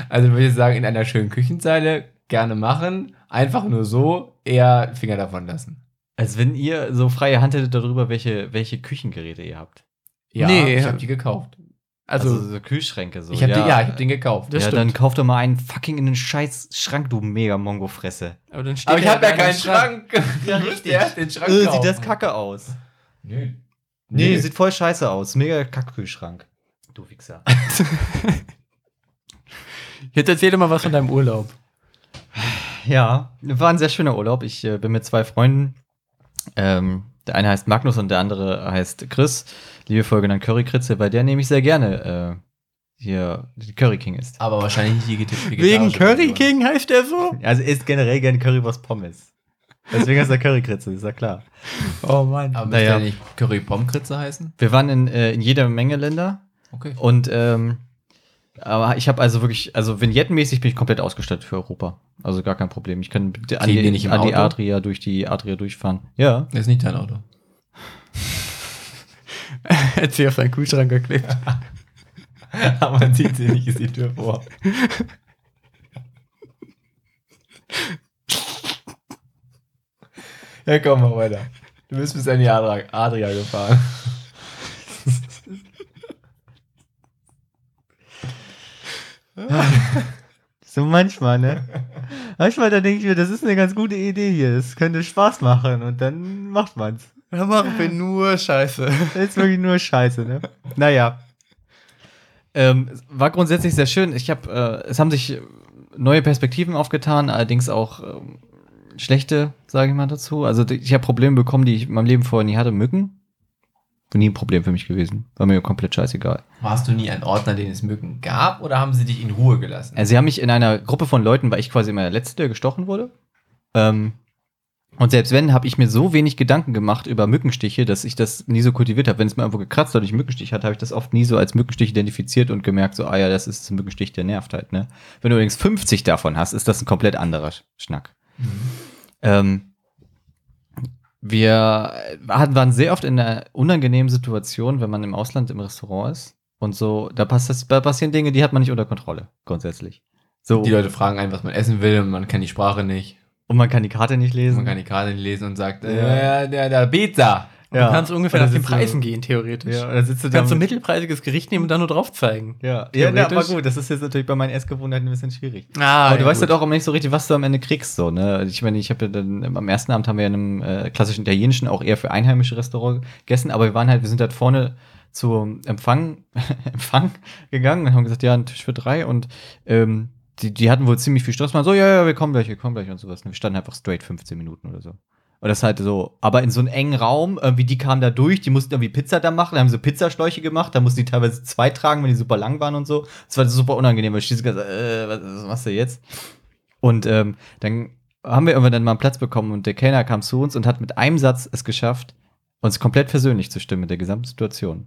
Speaker 1: also würde ich sagen, in einer schönen Küchenzeile gerne machen, einfach nur so eher Finger davon lassen.
Speaker 2: Als wenn ihr so freie Hand hättet darüber, welche, welche Küchengeräte ihr habt.
Speaker 1: Ja,
Speaker 4: Nee.
Speaker 1: ich habe die gekauft.
Speaker 4: Also,
Speaker 2: so Kühlschränke so.
Speaker 1: ich habe ja. ja, ich habe den gekauft.
Speaker 4: Das
Speaker 2: ja,
Speaker 4: stimmt.
Speaker 2: dann kauf doch mal einen fucking in den scheiß Schrank, du mega Mongo-Fresse.
Speaker 4: aber dann steht
Speaker 1: Aber ich
Speaker 4: der halt
Speaker 1: habe ja
Speaker 4: in einem
Speaker 1: keinen Schrank.
Speaker 2: Ja,
Speaker 1: Ich müsste
Speaker 2: richtig.
Speaker 1: erst den Schrank
Speaker 2: Äh, sieht
Speaker 1: kaufen.
Speaker 2: das kacke aus.
Speaker 1: Nee.
Speaker 2: Nee,
Speaker 1: Nee,
Speaker 2: sieht voll scheiße aus. Mega Kackkühlschrank. Du Wichser.
Speaker 4: Jetzt erzähl doch mal was von deinem Urlaub.
Speaker 2: ja, war ein sehr schöner Urlaub. Ich äh, bin mit zwei Freunden. Ähm, der eine heißt Magnus und der andere heißt Chris. Liebevoll genannt Currykritze, bei der nehme ich sehr gerne äh, hier die Curry King ist.
Speaker 1: aber wahrscheinlich nicht die vegetarische
Speaker 4: Wegen Curry
Speaker 1: Version.
Speaker 4: King heißt der so?
Speaker 2: Also isst generell gerne Currywurst Pommes. Deswegen heißt er Currykritze, ist ja klar.
Speaker 4: Oh Mann.
Speaker 1: Aber müsste
Speaker 2: Naja.
Speaker 1: der nicht Curry Pomkritze heißen?
Speaker 2: Wir waren in, äh, in jeder Menge Länder.
Speaker 1: Okay.
Speaker 2: Und ähm, aber ich habe also wirklich, also vignettenmäßig bin ich komplett ausgestattet für Europa. Also gar kein Problem. Ich kann an,
Speaker 1: ihr
Speaker 2: die,
Speaker 1: nicht im
Speaker 2: an die
Speaker 1: Auto?
Speaker 2: Adria durch die Adria durchfahren. Ja.
Speaker 1: Das ist nicht dein Auto.
Speaker 4: Hätte sie auf seinen Kühlschrank geklebt.
Speaker 1: aber man sieht sie nicht, ist die Tür vor. ja, komm mal weiter. Du bist bis an die Adria, Adria gefahren.
Speaker 2: So manchmal, ne? Manchmal, da denke ich mir, das ist eine ganz gute Idee hier. Das könnte Spaß machen und dann macht man's.
Speaker 4: Da machen wir nur Scheiße.
Speaker 2: Das ist wirklich nur Scheiße, ne? Naja. Ähm, es war grundsätzlich sehr schön. Ich habe, äh, es haben sich neue Perspektiven aufgetan, allerdings auch ähm, schlechte, sage ich mal dazu. Also die- ich habe Probleme bekommen, die ich in meinem Leben vorher nie hatte. Mücken, nie ein Problem für mich gewesen. War mir komplett scheißegal.
Speaker 1: Warst du nie ein Ordner, den es Mücken gab, oder haben sie dich in Ruhe gelassen?
Speaker 2: Also sie haben mich in einer Gruppe von Leuten, weil ich quasi immer der Letzte, der gestochen wurde. Ähm, und selbst wenn, habe ich mir so wenig Gedanken gemacht über Mückenstiche, dass ich das nie so kultiviert habe. Wenn es mir irgendwo gekratzt oder ich einen Mückenstich hatte, habe ich das oft nie so als Mückenstich identifiziert und gemerkt, so, ah ja, das ist ein Mückenstich, der nervt halt, ne? Wenn du übrigens 50 davon hast, ist das ein komplett anderer Sch- Schnack. Ähm, wir hatten, waren sehr oft in einer unangenehmen Situation, wenn man im Ausland im Restaurant ist. Und so, da, passt das, da passieren Dinge, die hat man nicht unter Kontrolle, grundsätzlich. So,
Speaker 1: die Leute fragen einen, was man essen will, und man kann die Sprache nicht.
Speaker 2: und man kann die Karte nicht lesen.
Speaker 1: Man kann die Karte nicht lesen und sagt,
Speaker 2: Ja.
Speaker 1: äh, der, der Pizza.
Speaker 2: Ja.
Speaker 4: Du kannst ungefähr
Speaker 2: Oder
Speaker 4: nach den
Speaker 2: sitzt du-
Speaker 4: Preisen gehen, theoretisch.
Speaker 2: Ja, oder sitzt du
Speaker 4: Du
Speaker 2: da
Speaker 4: kannst so ein
Speaker 2: mit-
Speaker 4: mittelpreisiges Gericht nehmen und dann nur drauf zeigen.
Speaker 2: Ja, ja na, aber
Speaker 4: Theoretisch.
Speaker 2: gut, das ist jetzt natürlich bei meinen Essgewohnheiten ein bisschen schwierig.
Speaker 4: Ah,
Speaker 2: aber du weißt
Speaker 4: gut.
Speaker 2: halt auch immer nicht so richtig, was du am Ende kriegst. So, ne? Ich meine, ich habe ja dann am ersten Abend haben wir in einem äh, klassischen italienischen, auch eher für einheimische Restaurant gegessen, aber wir waren halt, wir sind halt vorne zum Empfang, Empfang gegangen und haben gesagt, ja, ein Tisch für drei und ähm, die, die hatten wohl ziemlich viel Stress. Man so, ja, ja, wir kommen gleich, wir kommen gleich und sowas. Und wir standen einfach straight 15 Minuten oder so. Und das halt so, aber in so einem engen Raum, irgendwie die kamen da durch, die mussten irgendwie Pizza da machen, da haben so Pizzaschläuche gemacht, da mussten die teilweise zwei tragen, wenn die super lang waren und so. Das war super unangenehm, weil ich diese ganze, äh, was, was machst du jetzt? Und ähm, dann haben wir irgendwann dann mal einen Platz bekommen und der Kellner kam zu uns und hat mit einem Satz es geschafft, uns komplett persönlich zu stimmen mit der gesamten Situation.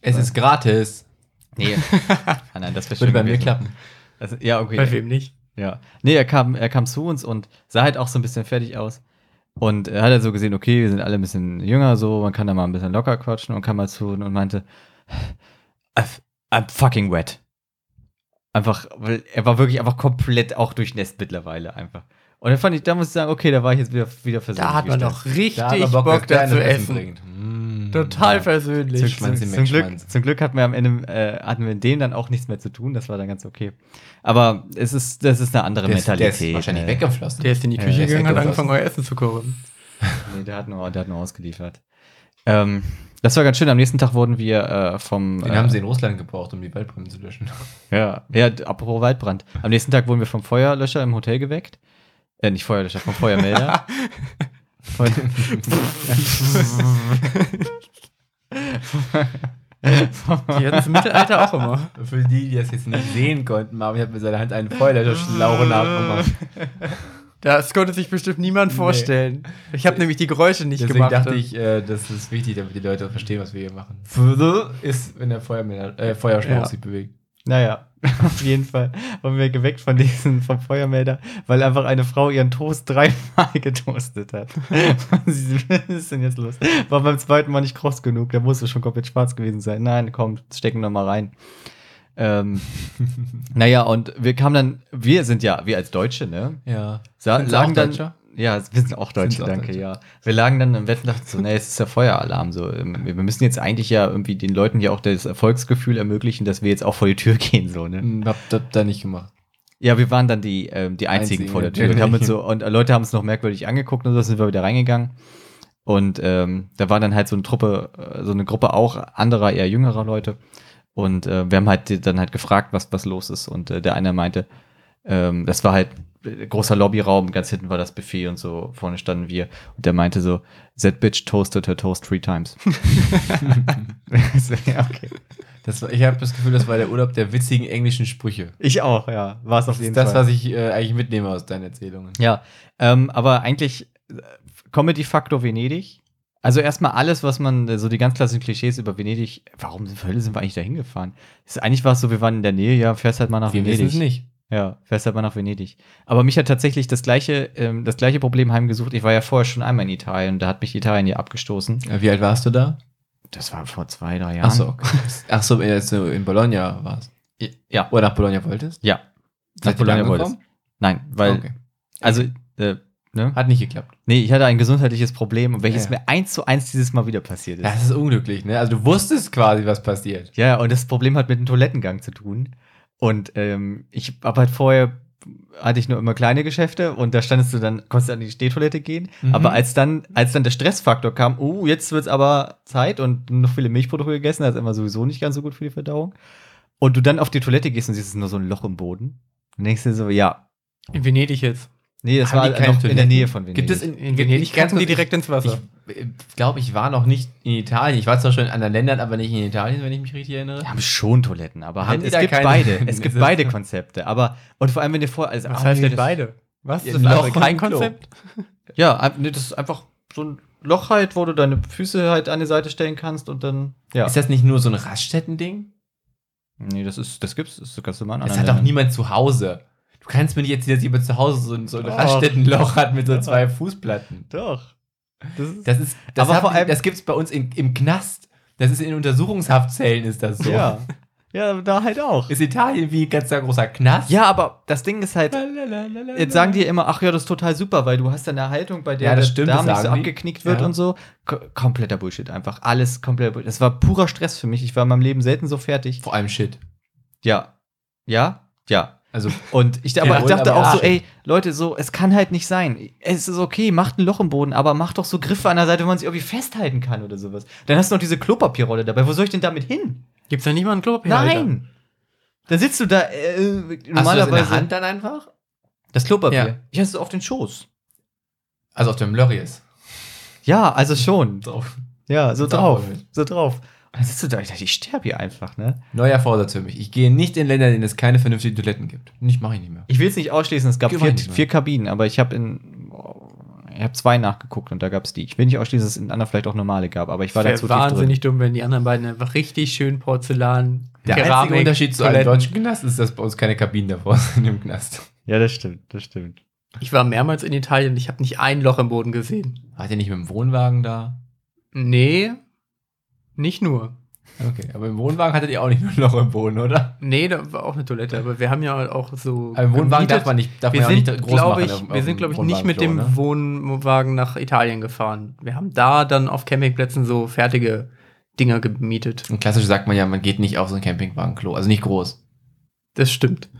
Speaker 1: Es ist gratis.
Speaker 2: Nee. ah, nein, das wäre
Speaker 1: Würde
Speaker 2: schön
Speaker 1: bei mir
Speaker 2: gewesen.
Speaker 1: klappen.
Speaker 2: Also, ja, okay.
Speaker 4: Bei wem nicht?
Speaker 2: Ja. Nee, er kam, er kam zu uns und sah halt auch so ein bisschen fertig aus. Und er hat halt so gesehen, okay, wir sind alle ein bisschen jünger, so, man kann da mal ein bisschen locker quatschen und kam mal zu und meinte, "I've- I'm fucking wet. Einfach, weil er war wirklich einfach komplett auch durchnässt mittlerweile einfach. Und dann fand ich, da muss ich sagen, okay, da war ich jetzt wieder, wieder versöhnlich
Speaker 4: Da hat man
Speaker 2: gestimmt.
Speaker 4: doch richtig
Speaker 1: Da hat man dass
Speaker 4: Bock,
Speaker 1: der
Speaker 4: da zu
Speaker 1: einen
Speaker 4: essen. Mhm.
Speaker 1: bringt. Mm.
Speaker 4: Total
Speaker 1: Zirk-
Speaker 4: versöhnlich.
Speaker 1: Schwanzi,
Speaker 2: zum, zum,
Speaker 1: Mensch,
Speaker 2: Glück,
Speaker 1: Schwanzi.
Speaker 2: zum Glück hatten wir am Ende äh, hatten wir in dem dann auch nichts mehr zu tun. Das war dann ganz okay. Aber es ist, das ist eine andere
Speaker 1: Der ist, der
Speaker 2: Mentalität.
Speaker 1: ist wahrscheinlich
Speaker 2: ne?
Speaker 1: weggeflossen.
Speaker 4: Der ist in die
Speaker 2: Ja,
Speaker 4: Küche
Speaker 1: der ist
Speaker 4: gegangen und hat
Speaker 1: weggeworfen.
Speaker 4: angefangen, euer Essen zu kochen.
Speaker 2: Nee, der hat nur, der hat nur ausgeliefert. Ähm, das war ganz schön. Am nächsten Tag wurden wir äh, vom.
Speaker 1: Den
Speaker 2: äh,
Speaker 1: haben sie in Russland gebraucht, um die Waldbrände zu löschen.
Speaker 2: Ja, ja, d- apropos Waldbrand. Am nächsten Tag wurden wir vom Feuerlöscher im Hotel geweckt. Äh, nicht Feuerlöscher, vom Feuermelder. Von
Speaker 4: Die hatten es im Mittelalter auch immer.
Speaker 1: Für die, die das jetzt nicht sehen konnten, Marvin hat mit seiner Hand einen Feuerlöscherschlauch in der Hand gemacht.
Speaker 4: Das konnte sich bestimmt niemand vorstellen. Ich habe nämlich die Geräusche nicht
Speaker 1: Deswegen
Speaker 4: gemacht.
Speaker 1: dachte ich, äh, das ist wichtig, damit die Leute verstehen, was wir hier machen. ist, wenn der Feuermelder, äh, Feuerschlauch
Speaker 2: Ja.
Speaker 1: sich bewegt.
Speaker 2: Naja, auf jeden Fall wurden wir geweckt von diesem, vom Feuermelder, weil einfach eine Frau ihren Toast dreimal getoastet hat. Sie- Was ist denn jetzt los? War beim zweiten Mal nicht kross genug, da musste schon komplett schwarz gewesen sein. Nein, komm, stecken wir mal rein. Ähm, naja, und wir kamen dann, wir sind ja, wir als Deutsche, ne?
Speaker 1: Ja.
Speaker 2: Sa
Speaker 1: Sind's
Speaker 2: lagen
Speaker 1: auch
Speaker 2: dann,
Speaker 1: Deutsche?
Speaker 2: Ja, wir sind auch Deutsche,
Speaker 1: Sind's auch
Speaker 2: danke,
Speaker 1: Deutsche?
Speaker 2: ja. Wir lagen dann im Bett und dachten so, nee, es ist ja Feueralarm. So, ähm, wir wir müssen jetzt eigentlich ja irgendwie den Leuten ja auch das Erfolgsgefühl ermöglichen, dass wir jetzt auch vor die Tür gehen, so, ne?
Speaker 1: Hm, Hab das da nicht gemacht.
Speaker 2: Ja, wir waren dann die, ähm, die einzigen
Speaker 1: Einzigen,
Speaker 2: vor der
Speaker 1: ja.
Speaker 2: Tür. Und, haben uns so, und äh, Leute haben es noch merkwürdig angeguckt und so, sind wir wieder reingegangen. Und ähm, da war dann halt so eine Truppe, äh, so eine Gruppe auch anderer, eher jüngerer Leute. Und äh, wir haben halt die- dann halt gefragt, was, was los ist. Und äh, der eine meinte, ähm, das war halt äh, großer Lobbyraum, ganz hinten war das Buffet und so, vorne standen wir. Und der meinte so, that bitch toasted her toast three times. So, ja, okay.
Speaker 1: Das war, ich habe das Gefühl, das war der Urlaub der witzigen englischen Sprüche.
Speaker 2: Ich auch, ja. War es auf
Speaker 1: Das
Speaker 2: jeden
Speaker 1: ist das,
Speaker 2: Fall.
Speaker 1: was ich äh, eigentlich mitnehme aus deinen Erzählungen.
Speaker 2: Ja, ähm, aber eigentlich äh, Comedy-Faktor Venedig. Also erstmal alles, was man, äh, so die ganz klassischen Klischees über Venedig, warum zur Hölle sind wir eigentlich da hingefahren? Ist- Eigentlich war es so, wir waren in der Nähe, ja, fährst halt mal nach Venedig.
Speaker 1: wissen's nicht.
Speaker 2: Ja, fährst halt mal nach Venedig. Aber mich hat tatsächlich das gleiche, ähm, das gleiche Problem heimgesucht. Ich war ja vorher schon einmal in Italien, da hat mich Italien ja abgestoßen.
Speaker 1: Äh, Wie alt warst du da?
Speaker 2: Das war vor zwei, drei Jahren.
Speaker 1: Ach so, okay. Ach so, äh, als du in Bologna warst.
Speaker 2: Ja.
Speaker 1: Oder nach Bologna wolltest?
Speaker 2: Ja.
Speaker 1: Seid ihr da angekommen?
Speaker 2: Nein, weil,
Speaker 1: Okay.
Speaker 2: also, äh, ne?
Speaker 1: Hat nicht geklappt.
Speaker 2: Nee, ich hatte ein gesundheitliches Problem, welches
Speaker 1: Ja, ja.
Speaker 2: mir eins zu eins dieses Mal wieder passiert ist.
Speaker 1: Das ist unglücklich, ne? Also du wusstest quasi, was passiert.
Speaker 2: Ja, ja, und das Problem hat mit dem Toilettengang zu tun. Und ähm, ich habe halt vorher hatte ich nur immer kleine Geschäfte und da standest du dann, konntest du an die Stehtoilette gehen.
Speaker 1: Mhm.
Speaker 2: Aber als dann, als dann der Stressfaktor kam, oh, jetzt wird's aber Zeit und noch viele Milchprodukte gegessen, das ist immer sowieso nicht ganz so gut für die Verdauung. Und du dann auf die Toilette gehst und siehst es ist nur so ein Loch im Boden. Und denkst dir so, ja.
Speaker 4: in Venedig jetzt.
Speaker 2: Nee, das
Speaker 1: Haben die
Speaker 2: war
Speaker 1: keine
Speaker 2: noch in der
Speaker 1: Toiletten?
Speaker 2: Nähe von Venedig.
Speaker 1: Gibt es in, in Venedig
Speaker 4: kannten
Speaker 1: ganz
Speaker 4: die
Speaker 1: kurz,
Speaker 4: direkt ins Wasser.
Speaker 1: Ich, ich glaube, ich war noch nicht in Italien. Ich war zwar schon in anderen Ländern, aber nicht in Italien, wenn ich mich richtig erinnere.
Speaker 2: Wir haben schon Toiletten, aber
Speaker 1: Haben
Speaker 2: halt,
Speaker 1: die
Speaker 2: es
Speaker 1: da
Speaker 2: gibt
Speaker 1: keine?
Speaker 2: beide. Es
Speaker 1: Das
Speaker 2: gibt
Speaker 1: ist-
Speaker 2: beide Konzepte. Aber, und vor allem, wenn dir vor, also,
Speaker 4: Was
Speaker 2: ah,
Speaker 4: heißt
Speaker 2: nee,
Speaker 4: denn
Speaker 2: das-
Speaker 4: beide? Was?
Speaker 1: Ja,
Speaker 4: Das
Speaker 1: Loch
Speaker 4: war
Speaker 1: und
Speaker 4: kein
Speaker 1: Klo.
Speaker 4: Konzept?
Speaker 2: Ja, ein- nee, das ist einfach so ein Loch halt, wo du deine Füße halt an die Seite stellen kannst und dann. Ja.
Speaker 1: Ist das nicht nur so ein Raststätten-Ding?
Speaker 2: nee, das ist, das gibt's, das kannst du mal
Speaker 1: Das hat doch niemand zu Hause. Du kannst mir nicht erzählen, dass jemand zu Hause so ein, so ein Raststättenloch hat mit so zwei Fußplatten.
Speaker 2: Doch. Das ist,
Speaker 1: Das ist, das,
Speaker 2: Aber
Speaker 1: haben-
Speaker 2: vor allem-
Speaker 1: das gibt's bei uns in, im Knast. Das ist in Untersuchungshaftzellen ist das so.
Speaker 2: ja. Ja, da halt auch.
Speaker 1: Ist Italien wie ein ganz großer Knast?
Speaker 2: ja, aber das Ding ist halt,
Speaker 1: Lalalala.
Speaker 2: jetzt sagen die immer, ach ja, das ist total super, weil du hast dann eine Haltung, bei der
Speaker 1: Ja, das
Speaker 2: der
Speaker 1: stimmt, das
Speaker 2: Darm nicht so
Speaker 1: sagen die.
Speaker 2: abgeknickt wird
Speaker 1: Ja.
Speaker 2: und so. Ko kompletter Bullshit einfach. Alles kompletter Bullshit. Das war purer Stress für mich. Ich war in meinem Leben selten so fertig.
Speaker 1: vor allem Shit.
Speaker 2: Ja. Ja. Ja.
Speaker 1: Also
Speaker 2: Und ich aber
Speaker 1: Ja,
Speaker 2: ich dachte
Speaker 1: aber
Speaker 2: auch so,
Speaker 1: Arsch.
Speaker 2: ey, Leute, so, es kann halt nicht sein. Es ist okay, macht ein Loch im Boden, aber macht doch so Griffe an der Seite, wo man sich irgendwie festhalten kann oder sowas. Dann hast du noch diese Klopapierrolle dabei. Wo soll ich denn damit hin?
Speaker 4: Gibt's da nicht mal einen Klopapierhalter?
Speaker 2: Nein! Dann sitzt du da äh, normalerweise.
Speaker 1: hast du das in der Hand dann einfach?
Speaker 2: Das Klopapier.
Speaker 1: Ja.
Speaker 2: Ich hasse es auf den Schoß.
Speaker 1: Also auf dem Lorries.
Speaker 2: Ja, also schon.
Speaker 1: Drauf.
Speaker 2: Ja, so
Speaker 1: Sauber
Speaker 2: drauf.
Speaker 1: mit.
Speaker 2: So drauf. Und dann sitzt du da, ich dachte, ich sterbe hier einfach, ne?
Speaker 1: Neuer Vorsatz für mich. Ich gehe nicht in Länder, in denen es keine vernünftigen Toiletten gibt. Nicht mache ich nicht mehr.
Speaker 2: Ich will es nicht ausschließen, es gab
Speaker 1: Gemein,
Speaker 2: vier,
Speaker 1: gemein.
Speaker 2: vier Kabinen, aber ich habe in. oh, Ich habe zwei nachgeguckt und da gab es die. Ich will nicht ausschließen, dass es in anderen vielleicht auch normale gab, aber ich war da
Speaker 4: Wäre
Speaker 2: zu tief drin.
Speaker 4: wahnsinnig dumm, wenn die anderen beiden einfach richtig schön Porzellan,
Speaker 1: Der einzige Unterschied zu einem deutschen Knast ist, dass bei uns keine Kabinen davor sind im Knast.
Speaker 2: Ja, das stimmt, das stimmt.
Speaker 4: Ich war mehrmals in Italien und ich habe nicht ein Loch im Boden gesehen.
Speaker 1: War der nicht mit dem Wohnwagen da?
Speaker 4: Nee, nicht nur.
Speaker 1: Okay, aber im Wohnwagen hattet ihr auch nicht nur ein Loch im Boden, oder?
Speaker 4: Nee, da war auch eine Toilette, aber wir haben ja auch so.
Speaker 1: Aber im Wohnwagen darf man nicht, darf
Speaker 4: wir
Speaker 1: man ja
Speaker 4: sind,
Speaker 1: auch nicht groß
Speaker 4: glaube
Speaker 1: machen.
Speaker 4: ich,
Speaker 1: auf- auf
Speaker 4: wir
Speaker 1: dem
Speaker 4: sind, glaube ich, nicht mit
Speaker 1: Wohnwagenklo,
Speaker 4: dem
Speaker 1: ne?
Speaker 4: Wohnwagen nach Italien gefahren. Wir haben da dann auf Campingplätzen so fertige Dinger gemietet.
Speaker 1: ne? Und klassisch sagt man ja, man geht nicht auf so ein Campingwagenklo, also nicht groß.
Speaker 4: Das stimmt.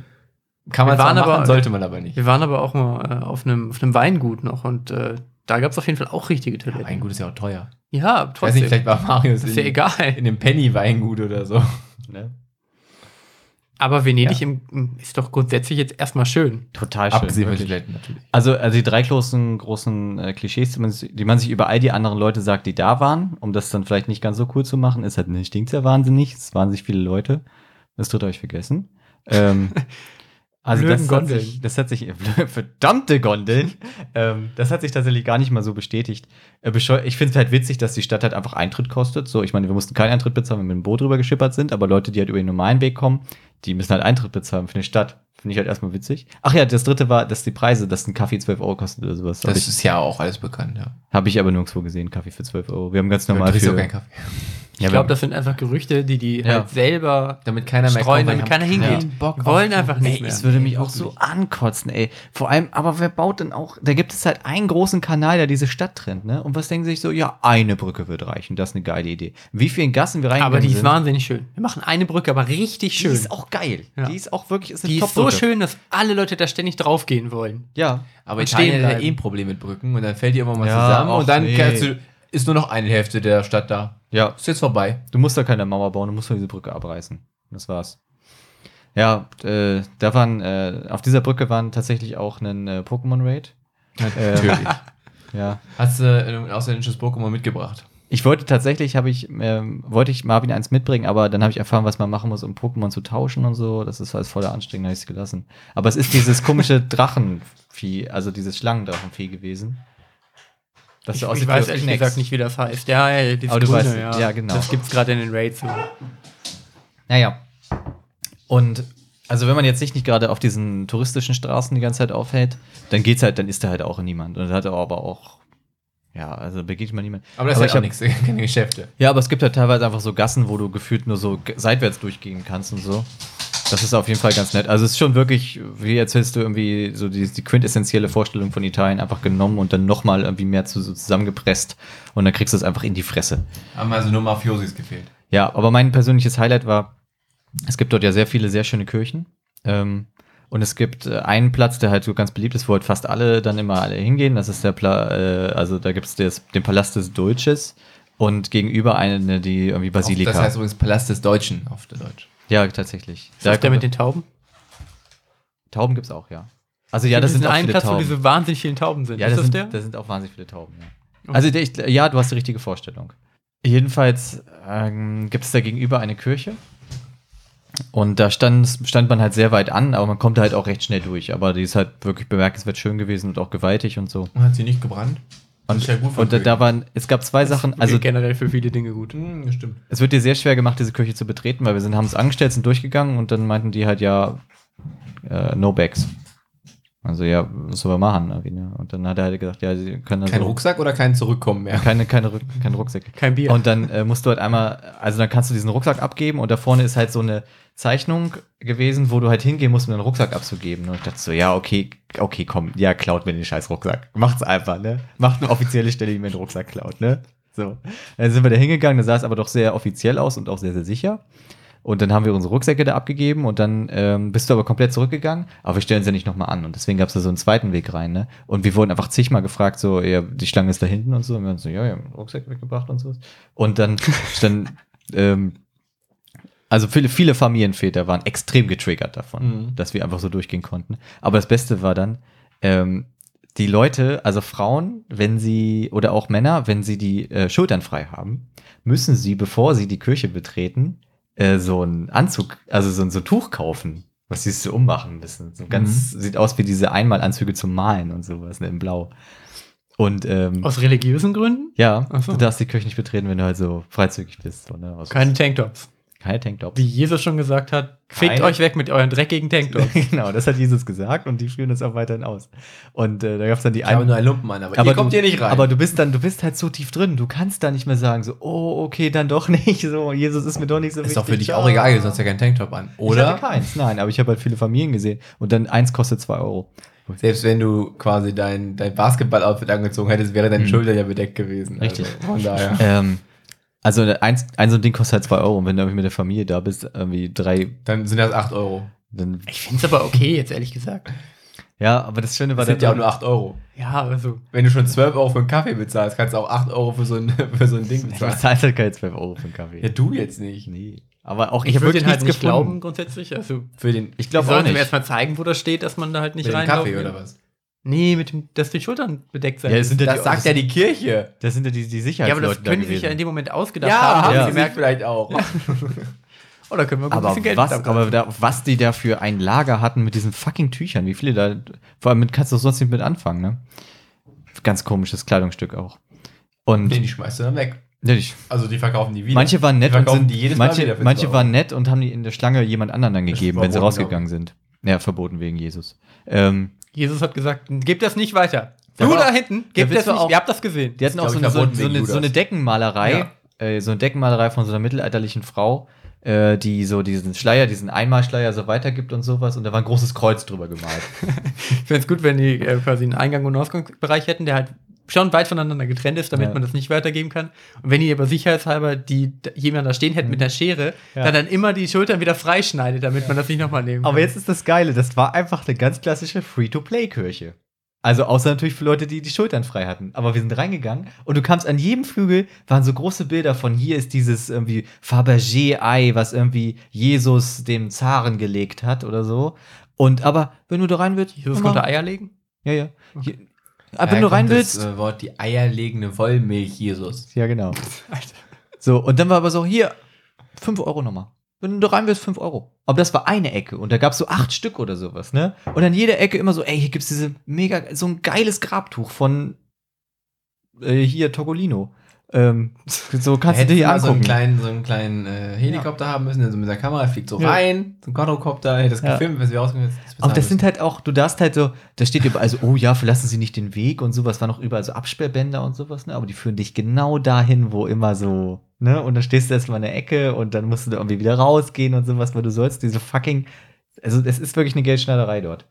Speaker 1: Kann man
Speaker 4: Wir
Speaker 1: zwar
Speaker 4: waren
Speaker 1: machen,
Speaker 4: aber-
Speaker 1: sollte man aber nicht.
Speaker 4: Wir waren aber auch mal äh, auf einem auf einem Weingut noch und äh, da gab es auf jeden Fall auch richtige Toiletten.
Speaker 1: Weingut ist ja auch teuer.
Speaker 4: Ja,
Speaker 1: Ich weiß nicht,
Speaker 4: trotzdem.
Speaker 1: vielleicht war Marius
Speaker 4: ist ja
Speaker 1: in,
Speaker 4: egal.
Speaker 1: in dem Penny-Weingut oder so.
Speaker 2: Ne?
Speaker 4: Aber Venedig im, im- ist doch grundsätzlich jetzt erstmal schön.
Speaker 2: Total schön.
Speaker 1: Abgesehen von
Speaker 2: wirklich.
Speaker 1: Toiletten natürlich.
Speaker 2: Also, also die drei großen, großen äh, Klischees, die man, sich- die man sich über all die anderen Leute sagt, die da waren, um das dann vielleicht nicht ganz so cool zu machen, ist halt, ne, stinkt's ja wahnsinnig, es waren sich viele Leute. Das dritte habe ich vergessen. Ähm, also
Speaker 4: Blöden
Speaker 2: das hat,
Speaker 4: Gondeln.
Speaker 2: sich, das hat sich, verdammte Gondeln, ähm, das hat sich tatsächlich gar nicht mal so bestätigt. Äh, bescheu- ich finde es halt witzig, dass die Stadt halt einfach Eintritt kostet. So, ich meine, wir mussten keinen Eintritt bezahlen, wenn wir mit dem Boot rüber geschippert sind, aber Leute, die halt über den normalen Weg kommen, die müssen halt Eintritt bezahlen für eine Stadt. Finde ich halt erstmal witzig. Ach ja, das dritte war, dass die Preise, dass ein Kaffee 12 Euro kostet oder sowas. Habe
Speaker 1: Das
Speaker 2: ich,
Speaker 1: ist ja auch alles bekannt, ja.
Speaker 2: hab ich aber nirgendwo gesehen, Kaffee für 12 Euro. Wir haben ganz
Speaker 1: Du
Speaker 2: normal
Speaker 1: trinkst
Speaker 2: für,
Speaker 1: auch keinen Kaffee.
Speaker 2: Ja,
Speaker 4: Ich
Speaker 2: wir
Speaker 4: glaube,
Speaker 2: haben-
Speaker 4: das sind einfach Gerüchte, die die
Speaker 2: Ja.
Speaker 4: halt selber
Speaker 1: Damit keiner mehr
Speaker 4: streuen,
Speaker 1: kommt, weil
Speaker 4: damit
Speaker 1: die haben
Speaker 4: keiner hingeht.
Speaker 1: keinen Bock auf
Speaker 4: wollen
Speaker 1: Kaffee.
Speaker 4: einfach nicht
Speaker 2: Ey,
Speaker 4: mehr.
Speaker 2: es würde mich auch so ankotzen, ey. Vor allem, aber wer baut denn auch, da gibt es halt einen großen Kanal, der diese Stadt trennt, ne? Und was denken sie sich so? Ja, eine Brücke wird reichen, das ist eine geile Idee. Wie vielen Gassen wir reingegangen
Speaker 4: aber die ist
Speaker 2: sind,
Speaker 4: wahnsinnig schön. Wir machen eine Brücke, aber richtig schön.
Speaker 2: Die ist auch geil.
Speaker 4: Ja.
Speaker 2: Die ist auch wirklich, ist eine
Speaker 4: Die ist so
Speaker 2: Top-Brücke.
Speaker 4: schön, dass alle Leute da ständig draufgehen wollen.
Speaker 2: Ja.
Speaker 1: Aber Italien
Speaker 4: Und stehen
Speaker 1: hat ja
Speaker 4: bleiben.
Speaker 1: eh ein Problem mit Brücken und dann fällt die immer mal
Speaker 2: Ja,
Speaker 1: zusammen
Speaker 2: auch
Speaker 1: und dann
Speaker 2: nee.
Speaker 1: kannst du, ist nur noch eine Hälfte der Stadt da.
Speaker 2: Ja.
Speaker 1: Ist jetzt vorbei.
Speaker 2: Du musst da keine Mauer bauen, du musst nur diese Brücke abreißen. Das war's. Ja, äh, da waren, äh, auf dieser Brücke waren tatsächlich auch ein äh, Pokémon-Raid. Äh,
Speaker 1: Natürlich.
Speaker 2: Ja.
Speaker 1: Hast du äh, ein ausländisches Pokémon mitgebracht?
Speaker 2: Ich wollte tatsächlich, habe ich, ähm, wollte ich Marvin eins mitbringen, aber dann habe ich erfahren, was man machen muss, um Pokémon zu tauschen und so. Das ist alles voller Anstrengung, habe ich es gelassen. Aber es ist dieses komische Drachenvieh, also dieses Schlangendrachenvieh gewesen. Das
Speaker 4: Ich,
Speaker 2: so
Speaker 4: ich
Speaker 2: aussieht wie
Speaker 4: weiß
Speaker 2: auf
Speaker 4: ehrlich
Speaker 2: Knex.
Speaker 4: gesagt nicht, wie das heißt. Ja, ja, dieses
Speaker 2: Aber du
Speaker 4: Grüne,
Speaker 2: weißt- ja, genau.
Speaker 4: Das gibt's gerade in den Raids. So.
Speaker 2: Naja. Und also wenn man jetzt sich nicht gerade auf diesen touristischen Straßen die ganze Zeit aufhält, dann geht's halt, dann ist da halt auch niemand. Und da hat er aber auch, ja, also begegnet man niemand.
Speaker 1: Aber das
Speaker 2: Aber
Speaker 1: ist
Speaker 2: ich
Speaker 1: halt auch
Speaker 2: hab-
Speaker 1: nichts, keine Geschäfte.
Speaker 2: Ja, aber es gibt halt teilweise einfach so Gassen, wo du gefühlt nur so ge- seitwärts durchgehen kannst und so. Das ist auf jeden Fall ganz nett. Also es ist schon wirklich, wie erzählst du irgendwie so die, die quintessentielle Vorstellung von Italien einfach genommen und dann nochmal irgendwie mehr zu, so zusammengepresst und dann kriegst du es einfach in die Fresse.
Speaker 1: Haben also nur Mafiosis gefehlt.
Speaker 2: Ja, aber mein persönliches Highlight war, es gibt dort ja sehr viele sehr schöne Kirchen. Ähm, und es gibt äh, einen Platz, der halt so ganz beliebt ist, wo halt fast alle dann immer alle hingehen. Das ist der Pla äh, also da gibt's das- den Palast des Deutsches und gegenüber eine, die irgendwie Basilika.
Speaker 1: Das heißt übrigens Palast des Deutschen auf der Deutsch.
Speaker 2: ja, tatsächlich.
Speaker 4: Ist das der mit
Speaker 2: kommt-
Speaker 4: den Tauben?
Speaker 2: Tauben gibt's auch, ja. Also ja, das sind auch
Speaker 4: ein
Speaker 2: viele
Speaker 4: Platz, wo
Speaker 2: Tauben.
Speaker 4: diese wahnsinnig vielen Tauben sind.
Speaker 2: Ja,
Speaker 4: ist
Speaker 2: das,
Speaker 4: das
Speaker 2: sind,
Speaker 4: der?
Speaker 2: das sind auch wahnsinnig viele Tauben. Ja.
Speaker 4: Okay.
Speaker 2: Also der, ich, ja, du hast die richtige Vorstellung. Jedenfalls ähm, gibt es da gegenüber eine Kirche. Und da stand, stand man halt sehr weit an, aber man kommt da halt auch recht schnell durch. Aber die ist halt wirklich bemerkenswert schön gewesen und auch gewaltig und so.
Speaker 1: Hat sie nicht gebrannt?
Speaker 2: Und,
Speaker 1: ist ja gut von
Speaker 2: und da, da waren, es gab zwei Sachen, also
Speaker 4: generell für viele Dinge gut.
Speaker 1: Hm, das stimmt.
Speaker 2: es wird dir sehr schwer gemacht, diese Kirche zu betreten, weil wir sind, haben uns angestellt, sind durchgegangen und dann meinten die halt ja, äh, no bags. Also ja, was soll man machen? irgendwie, ne? Und dann hat er halt gesagt, ja, sie können da
Speaker 1: Kein
Speaker 2: so-
Speaker 1: Rucksack oder kein Zurückkommen mehr?
Speaker 2: Keine, keine, Rück- kein Rucksack.
Speaker 4: Kein Bier.
Speaker 2: Und dann äh, musst du halt einmal, also dann kannst du diesen Rucksack abgeben und da vorne ist halt so eine Zeichnung gewesen, wo du halt hingehen musst, um den Rucksack abzugeben. Und ich dachte so, ja, okay, okay, komm, ja, klaut mir den scheiß Rucksack. Macht's einfach, ne? Macht eine offizielle Stelle, die mir den Rucksack klaut, ne? So. Dann sind wir da hingegangen, da sah es aber doch sehr offiziell aus und auch sehr, sehr sicher. Und dann haben wir unsere Rucksäcke da abgegeben und dann ähm, bist du aber komplett zurückgegangen. Aber wir stellen sie nicht nochmal an. Und deswegen gab es da so einen zweiten Weg rein. Ne? Und wir wurden einfach zigmal gefragt, so, ja, die Schlange ist da hinten und so. Und wir haben so, ja, wir haben den Rucksack weggebracht und so. Und dann, dann ähm, also viele, viele Familienväter waren extrem getriggert davon, dass wir einfach so durchgehen konnten. Aber das Beste war dann, ähm, die Leute, also Frauen, wenn sie, oder auch Männer, wenn sie die äh, Schultern frei haben, müssen sie, bevor sie die Kirche betreten, äh, so einen Anzug, also so ein so ein Tuch kaufen, was sie so ummachen müssen. So ganz,
Speaker 4: Mhm.
Speaker 2: sieht aus wie diese Einmalanzüge zum Malen und sowas, ne, in Blau. Und, ähm,
Speaker 4: Aus religiösen Gründen?
Speaker 2: ja,
Speaker 4: Ach so.
Speaker 2: du darfst die Kirche nicht betreten, wenn du halt so freizügig bist. So, ne? aus-
Speaker 4: Keine Tanktops.
Speaker 2: Keine Tanktop.
Speaker 4: Wie Jesus schon gesagt hat, fickt
Speaker 2: Keine-
Speaker 4: euch weg mit euren dreckigen Tanktops.
Speaker 2: genau, das hat Jesus gesagt und die führen das auch weiterhin aus. Und äh, da gab es dann die
Speaker 1: Ich habe
Speaker 2: einen-
Speaker 1: nur einen Lumpen an, aber, ihr kommt
Speaker 2: du,
Speaker 1: hier nicht rein.
Speaker 2: Aber du bist dann, du bist halt so tief drin. Du kannst da nicht mehr sagen, so, oh, okay, dann doch nicht. So, Jesus ist mir doch nicht so
Speaker 1: ist
Speaker 2: wichtig.
Speaker 1: doch für dich
Speaker 2: Ja.
Speaker 1: auch egal, du hast ja keinen Tanktop an.
Speaker 2: Ich
Speaker 1: Oder?
Speaker 2: hatte keins, nein, aber ich habe halt viele Familien gesehen. Und dann eins kostet zwei Euro.
Speaker 1: Selbst wenn du quasi dein, dein Basketball-Outfit angezogen hättest, wäre deine Schulter ja bedeckt gewesen.
Speaker 2: Mhm. Richtig.
Speaker 1: Also, von daher.
Speaker 2: Ähm, also eins, ein so ein Ding kostet halt zwei Euro. Und wenn du mit der Familie da bist, irgendwie drei,
Speaker 1: Dann sind das 8 Euro.
Speaker 2: dann.
Speaker 4: Ich finde es aber okay, jetzt ehrlich gesagt.
Speaker 2: Ja, aber das Schöne war
Speaker 1: Das sind ja auch nur 8 Euro.
Speaker 4: Ja, also.
Speaker 1: Wenn du schon 12 Euro für einen Kaffee bezahlst, kannst du auch 8 Euro für so ein, für so ein Ding
Speaker 2: Ich
Speaker 1: bezahlen.
Speaker 2: bezahle halt keine 12 Euro für einen Kaffee.
Speaker 1: Ja, du jetzt nicht.
Speaker 2: nee. Aber auch
Speaker 4: Ich,
Speaker 2: ich habe
Speaker 4: würde
Speaker 2: wirklich
Speaker 4: den halt
Speaker 2: nichts
Speaker 4: nicht
Speaker 2: gefunden.
Speaker 4: glauben grundsätzlich. Also
Speaker 1: Für den
Speaker 2: Ich
Speaker 4: ich
Speaker 2: glaube auch
Speaker 4: sollte mir
Speaker 2: nicht.
Speaker 4: erstmal zeigen, wo das steht, dass man da halt nicht
Speaker 1: für den
Speaker 4: reinlaufen
Speaker 1: Kaffee
Speaker 4: will.
Speaker 1: oder was?
Speaker 4: Nee, mit dem, dass die Schultern bedeckt sein.
Speaker 2: Ja,
Speaker 4: müssen.
Speaker 2: es sind ja
Speaker 1: Das
Speaker 2: die,
Speaker 1: sagt ja die Kirche.
Speaker 2: das sind ja die, die
Speaker 4: ja aber
Speaker 2: Sicherheitsleute
Speaker 4: das können
Speaker 2: da
Speaker 4: die sich
Speaker 2: gewesen.
Speaker 4: ja in dem Moment ausgedacht
Speaker 1: Ja,
Speaker 4: haben.
Speaker 1: haben
Speaker 4: die
Speaker 1: sie
Speaker 4: haben
Speaker 1: gemerkt
Speaker 4: gemerkt,
Speaker 1: vielleicht auch.
Speaker 4: oh, da können wir gut ein
Speaker 2: Aber,
Speaker 4: bisschen Geld
Speaker 2: was,
Speaker 4: damit
Speaker 2: aber da, was die da für ein Lager hatten mit diesen fucking Tüchern, wie viele da, vor allem mit kannst du sonst nicht mit anfangen, ne? Ganz komisches Kleidungsstück auch. Und
Speaker 1: Nee, die schmeißt du dann weg.
Speaker 2: Ja, die-
Speaker 1: Also die verkaufen die wieder.
Speaker 2: manche waren nett
Speaker 1: Die
Speaker 2: und
Speaker 1: verkaufen
Speaker 2: sind,
Speaker 1: die jedes Mal
Speaker 2: manche,
Speaker 1: wieder für
Speaker 2: manche
Speaker 1: zwei
Speaker 2: waren nett und haben die in der Schlange jemand anderen dann
Speaker 1: ist
Speaker 2: gegeben, wenn sie
Speaker 1: verboten,
Speaker 2: rausgegangen sind. Ja, verboten wegen Jesus. Ähm,
Speaker 4: Jesus hat gesagt, gebt das nicht weiter. Du
Speaker 1: Aber-
Speaker 4: da hinten, gebt
Speaker 2: willst
Speaker 4: das
Speaker 2: du
Speaker 4: nicht.
Speaker 2: auch-
Speaker 4: Ihr habt das gesehen.
Speaker 2: Die hatten auch
Speaker 1: Ist,
Speaker 2: so
Speaker 1: glaub ich,
Speaker 2: eine, so,
Speaker 1: verboten
Speaker 2: so,
Speaker 1: wegen
Speaker 2: eine, so eine
Speaker 1: Judas.
Speaker 2: Deckenmalerei,
Speaker 4: Ja.
Speaker 2: äh, so eine Deckenmalerei von so einer mittelalterlichen Frau, äh, die so diesen Schleier, diesen Einmalschleier so weitergibt und sowas. Und da war ein großes Kreuz drüber gemalt.
Speaker 4: Ich fände es gut, wenn die äh, quasi einen Eingang- und Ausgangsbereich hätten, der halt schon weit voneinander getrennt ist, damit
Speaker 2: Ja.
Speaker 4: man das nicht weitergeben kann. Und wenn die aber sicherheitshalber die d- jemand da stehen hätte
Speaker 1: Mhm.
Speaker 4: mit einer Schere, dann dann immer die Schultern wieder freischneidet, damit man das nicht nochmal nehmen kann.
Speaker 2: Aber jetzt ist das Geile, das war einfach eine ganz klassische Free-to-Play-Kirche. Also außer natürlich für Leute, die die Schultern frei hatten. Aber wir sind reingegangen und du kamst an jedem Flügel, waren so große Bilder von hier ist dieses irgendwie Fabergé-Ei, was irgendwie Jesus dem Zaren gelegt hat oder so. Und aber wenn du da rein willst,
Speaker 4: Jesus
Speaker 2: immer-
Speaker 4: konnte Eier legen?
Speaker 2: Ja, ja. Hier, aber
Speaker 1: Daher
Speaker 2: wenn du rein
Speaker 1: kommt
Speaker 2: willst.
Speaker 1: Das äh, Wort die eierlegende Wollmilch Jesus.
Speaker 2: ja, genau. So, und dann war aber so, hier, 5 Euro nochmal. Wenn du rein willst, 5 Euro. Aber das war eine Ecke und da gab es so acht Stück oder sowas, ne? Und an jeder Ecke immer so, ey, hier gibt's diese mega, so ein geiles Grabtuch von äh, hier Togolino. Ähm, so kannst du
Speaker 1: Hättest
Speaker 2: dir hier
Speaker 1: mal So einen
Speaker 2: angucken.
Speaker 1: kleinen, so einen kleinen äh, Helikopter haben müssen, der so mit der Kamera fliegt so
Speaker 2: Ja.
Speaker 1: rein, so ein Quadrocopter, hätte das
Speaker 2: Ja.
Speaker 1: gefilmt, wenn wir rausgekommen sind.
Speaker 2: aber das sind halt auch, du darfst halt so, da steht überall also, oh ja, verlassen Sie nicht den Weg und sowas, waren auch überall so Absperrbänder und sowas, ne? Aber die führen dich genau dahin, wo immer so, ne? Und dann stehst du erstmal in der Ecke und dann musst du da irgendwie wieder rausgehen und sowas, weil du sollst diese fucking, also es ist wirklich eine Geldschneiderei dort.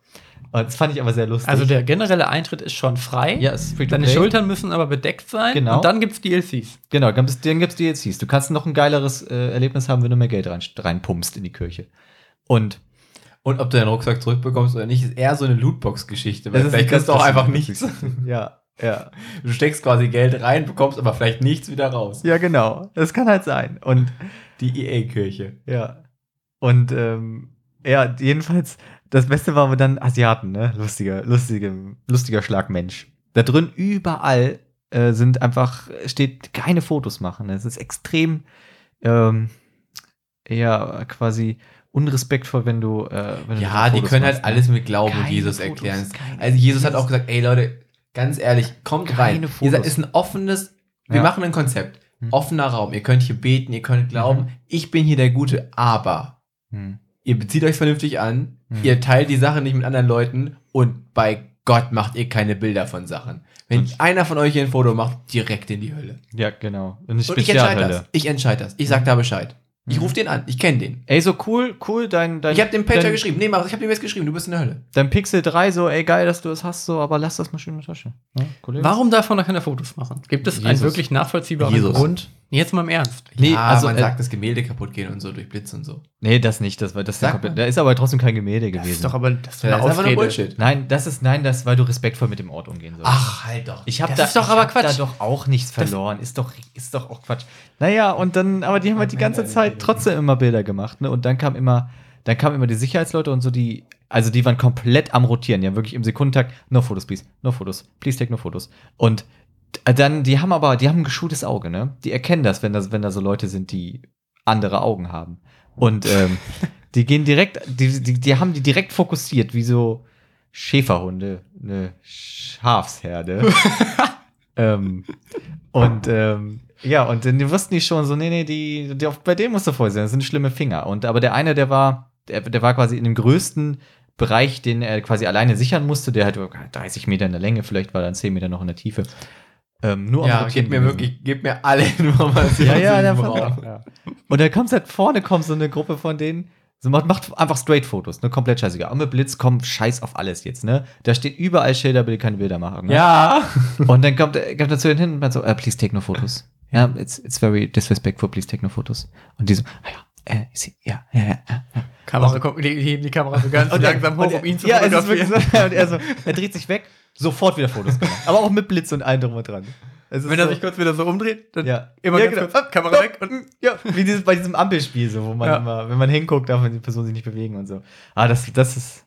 Speaker 2: Und das fand ich aber sehr lustig.
Speaker 4: Also der generelle Eintritt ist schon frei.
Speaker 2: ja, es ist free to
Speaker 4: Deine
Speaker 2: play.
Speaker 4: Schultern müssen aber bedeckt sein.
Speaker 2: Genau.
Speaker 4: Und dann gibt's DLCs.
Speaker 2: Genau, dann gibt's- dann gibt's DLCs. Du kannst noch ein geileres äh, Erlebnis haben, wenn du mehr Geld rein, reinpumpst in die Kirche. Und
Speaker 1: Und ob du deinen Rucksack zurückbekommst oder nicht, ist eher so eine Lootbox-Geschichte.
Speaker 2: Das
Speaker 1: Weil
Speaker 2: ist
Speaker 1: vielleicht
Speaker 2: die
Speaker 1: kriegst du auch
Speaker 2: klassische
Speaker 1: einfach nichts.
Speaker 2: ja, ja.
Speaker 1: Du steckst quasi Geld rein, bekommst aber vielleicht nichts wieder raus.
Speaker 2: Ja, genau. Das kann halt sein. Und
Speaker 1: Die E EA-Kirche.
Speaker 2: Ja. Und ähm, ja, jedenfalls, das Beste waren wir dann Asiaten, ne? Lustiger, lustiger, lustiger Schlagmensch. Da drin überall äh, sind einfach, steht keine Fotos machen. Es ist extrem, ähm, ja, quasi unrespektvoll, wenn du, äh, wenn du
Speaker 1: Ja,
Speaker 2: da
Speaker 1: die
Speaker 2: Fotos
Speaker 1: können halt
Speaker 2: machst, ne?
Speaker 1: alles mit Glauben
Speaker 2: Keine
Speaker 1: und Jesus
Speaker 2: Fotos,
Speaker 1: erklären.
Speaker 2: keine
Speaker 1: Also Jesus hat
Speaker 2: Jesus.
Speaker 1: auch gesagt, ey Leute, ganz ehrlich, kommt
Speaker 2: Keine
Speaker 1: rein.
Speaker 2: Fotos.
Speaker 1: Ihr seid, ist ein offenes, wir
Speaker 2: Ja.
Speaker 1: machen ein Konzept.
Speaker 2: Hm. Mhm.
Speaker 1: Offener Raum, ihr könnt hier beten, ihr könnt glauben, ich bin hier der Gute, aber
Speaker 2: Hm.
Speaker 1: ihr bezieht euch vernünftig an,
Speaker 2: Hm.
Speaker 1: ihr teilt die Sache nicht mit anderen Leuten und bei Gott macht ihr keine Bilder von Sachen. Wenn einer von euch hier ein Foto macht, direkt in die Hölle.
Speaker 2: Ja, genau. Eine
Speaker 1: Und ich entscheide das.
Speaker 2: Spezialhölle.
Speaker 1: Ich entscheide das. Ich sag da Bescheid. Ich
Speaker 2: Hm.
Speaker 1: rufe den an, ich kenne den.
Speaker 2: Ey, so cool, cool, dein, dein
Speaker 1: Ich habe dem Patcher
Speaker 2: dein-
Speaker 1: geschrieben. Nee, Markus, ich habe dem jetzt geschrieben, du bist in der Hölle.
Speaker 2: Dein Pixel 3 so, ey, geil, dass du das hast, so, aber lass das mal schön in der Tasche. Ja, Kollege?
Speaker 4: Warum darf man da keine Fotos machen? Gibt es einen
Speaker 1: Jesus.
Speaker 4: wirklich nachvollziehbaren
Speaker 1: Jesus.
Speaker 4: Grund? Jetzt mal im Ernst.
Speaker 2: Nee,
Speaker 1: ja,
Speaker 2: also,
Speaker 1: Ah, man
Speaker 2: äh,
Speaker 1: sagt, dass Gemälde kaputt gehen und so durch Blitz und so.
Speaker 2: Nee, das nicht. Das war das ist ja
Speaker 1: Sag
Speaker 2: komplett,
Speaker 1: mal.
Speaker 2: da ist aber trotzdem kein Gemälde
Speaker 4: Das
Speaker 2: gewesen.
Speaker 4: ist doch aber das ist
Speaker 1: Ja,
Speaker 4: eine
Speaker 1: das ist
Speaker 2: äh,
Speaker 1: einfach nur
Speaker 4: Ausrede.
Speaker 1: Bullshit.
Speaker 2: nein, das ist nein, das weil du respektvoll mit dem Ort umgehen sollst.
Speaker 1: Ach, halt doch.
Speaker 2: ich habe
Speaker 4: das
Speaker 2: da,
Speaker 4: ist doch
Speaker 2: ich
Speaker 4: aber
Speaker 2: hab
Speaker 4: Quatsch.
Speaker 2: da doch auch nichts verloren. ist doch ist doch auch Quatsch. Naja, und dann aber die haben halt die ganze Zeit trotzdem immer Bilder gemacht, ne? Und dann kam immer dann kamen immer die Sicherheitsleute und so die also die waren komplett am rotieren. Die haben wirklich im Sekundentakt no Fotos please, no Fotos. Please take no Fotos. Und dann die haben aber die haben ein geschultes Auge, ne? Die erkennen das, wenn das wenn da so Leute sind, die andere Augen haben. Und ähm, die gehen direkt, die, die, die haben die direkt fokussiert, wie so Schäferhunde, ne eine Schafsherde. ähm, und ähm, Ja, und dann wussten die schon so, nee, nee, die, die, auf- bei dem musst du voll sein, das sind schlimme Finger. Und aber der eine, der war, der, der war quasi in dem größten Bereich, den er quasi alleine sichern musste, der halt 30 Meter in der Länge, vielleicht war dann 10 Meter noch in der Tiefe. Ähm, nur am
Speaker 1: Ja,
Speaker 2: Rotieren
Speaker 1: gib mir
Speaker 2: gewesen.
Speaker 1: wirklich, gib mir alle Informationen.
Speaker 2: Ja, ja,
Speaker 1: die
Speaker 2: der
Speaker 1: ich
Speaker 2: Vater.
Speaker 1: brauche.
Speaker 2: ja. Und dann kommt halt vorne, kommt so eine Gruppe von denen, so macht, macht einfach straight Fotos, ne, komplett scheißegal. Und mit Blitz kommt scheiß auf alles jetzt, ne. Da steht überall Schilder, bitte keine Bilder machen. Ne?
Speaker 1: Ja.
Speaker 2: Und dann kommt, äh, kommt er zu denen hin und meint so, äh, please take no photos. Ja, it's, it's very disrespectful, please take no photos. Und die so, ah ja, äh, ich seh- ja, ja, ja, ja.
Speaker 4: Kamera kommt, die heben die Kamera so ganz langsam hoch,
Speaker 2: und,
Speaker 4: um ihn zu
Speaker 2: ja, es ist wirklich
Speaker 4: fotografieren.
Speaker 2: so, Und er so, er dreht sich weg, sofort wieder Fotos gemacht. Aber auch mit Blitz und allem drum und dran. Es ist
Speaker 4: Wenn er
Speaker 2: so-
Speaker 4: sich kurz wieder so umdreht, dann
Speaker 2: ja.
Speaker 4: immer
Speaker 2: ja,
Speaker 4: ganz
Speaker 2: genau.
Speaker 4: kurz, Kamera weg und
Speaker 2: Ja, wie dieses, bei diesem Ampelspiel, so, wo man
Speaker 4: Ja.
Speaker 2: immer, wenn man hinguckt, darf man die Person sich nicht bewegen und so. Ah, das, das ist.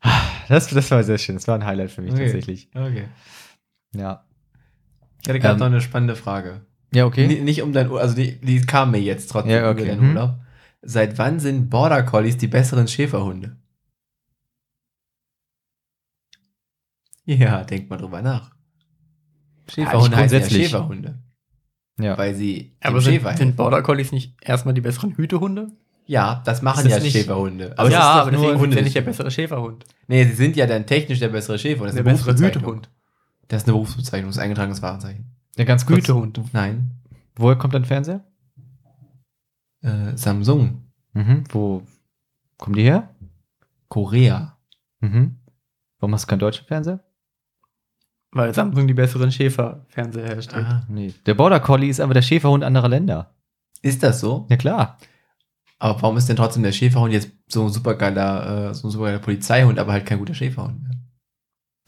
Speaker 2: ah, Das, das war sehr schön. Das war ein Highlight für mich
Speaker 1: Okay.
Speaker 2: tatsächlich.
Speaker 1: Okay.
Speaker 2: Ja.
Speaker 1: Ich hatte gerade
Speaker 2: Ähm.
Speaker 1: noch eine spannende Frage.
Speaker 2: Ja,
Speaker 1: Ni- Nicht um dein Urlaub, also die, die kam mir jetzt trotzdem
Speaker 2: Ja, okay.
Speaker 1: über deinen
Speaker 2: Mhm.
Speaker 1: Urlaub. Seit wann sind Border Collies die besseren Schäferhunde? Ja, denk mal drüber nach. Schäferhunde
Speaker 2: Ja, eigentlich
Speaker 1: heißen ja
Speaker 2: grundsätzlich.
Speaker 1: Schäferhunde,
Speaker 2: Ja.
Speaker 1: weil sie dem
Speaker 4: Aber sind,
Speaker 1: Schäfer
Speaker 4: sind
Speaker 1: helfen.
Speaker 4: Border Collies nicht erstmal die besseren Hütehunde?
Speaker 1: Ja, das machen
Speaker 2: Ist
Speaker 1: ja
Speaker 2: das nicht-
Speaker 1: Schäferhunde.
Speaker 2: Aber es
Speaker 4: ja,
Speaker 2: ist doch
Speaker 4: aber
Speaker 2: nur
Speaker 4: deswegen
Speaker 2: Hunde-
Speaker 4: sind sie nicht der bessere Schäferhund.
Speaker 1: nee, sie sind ja dann technisch der bessere Schäfer. Das ist
Speaker 4: Der
Speaker 1: eine
Speaker 4: bessere
Speaker 1: Berufsbezeichnung.
Speaker 4: Hütehund.
Speaker 1: Das ist eine Berufsbezeichnung, das ist ein eingetragenes Warenzeichen.
Speaker 2: Ja, ganz kurz.
Speaker 4: Hütehund.
Speaker 1: Nein,
Speaker 2: Woher kommt dein Fernseher?
Speaker 1: äh, Samsung,
Speaker 2: Mhm. Wo kommen die her?
Speaker 1: Korea.
Speaker 2: Mhm. Warum hast du keinen deutschen Fernseher?
Speaker 4: Weil Samsung die besseren Schäferfernseher herstellt.
Speaker 1: Ah.
Speaker 2: Nee. Der Border Collie ist aber der Schäferhund anderer Länder.
Speaker 1: Ist das so?
Speaker 2: Ja, klar.
Speaker 1: Aber warum ist denn trotzdem der Schäferhund jetzt so ein supergeiler, äh, so ein supergeiler Polizeihund, aber halt kein guter Schäferhund mehr?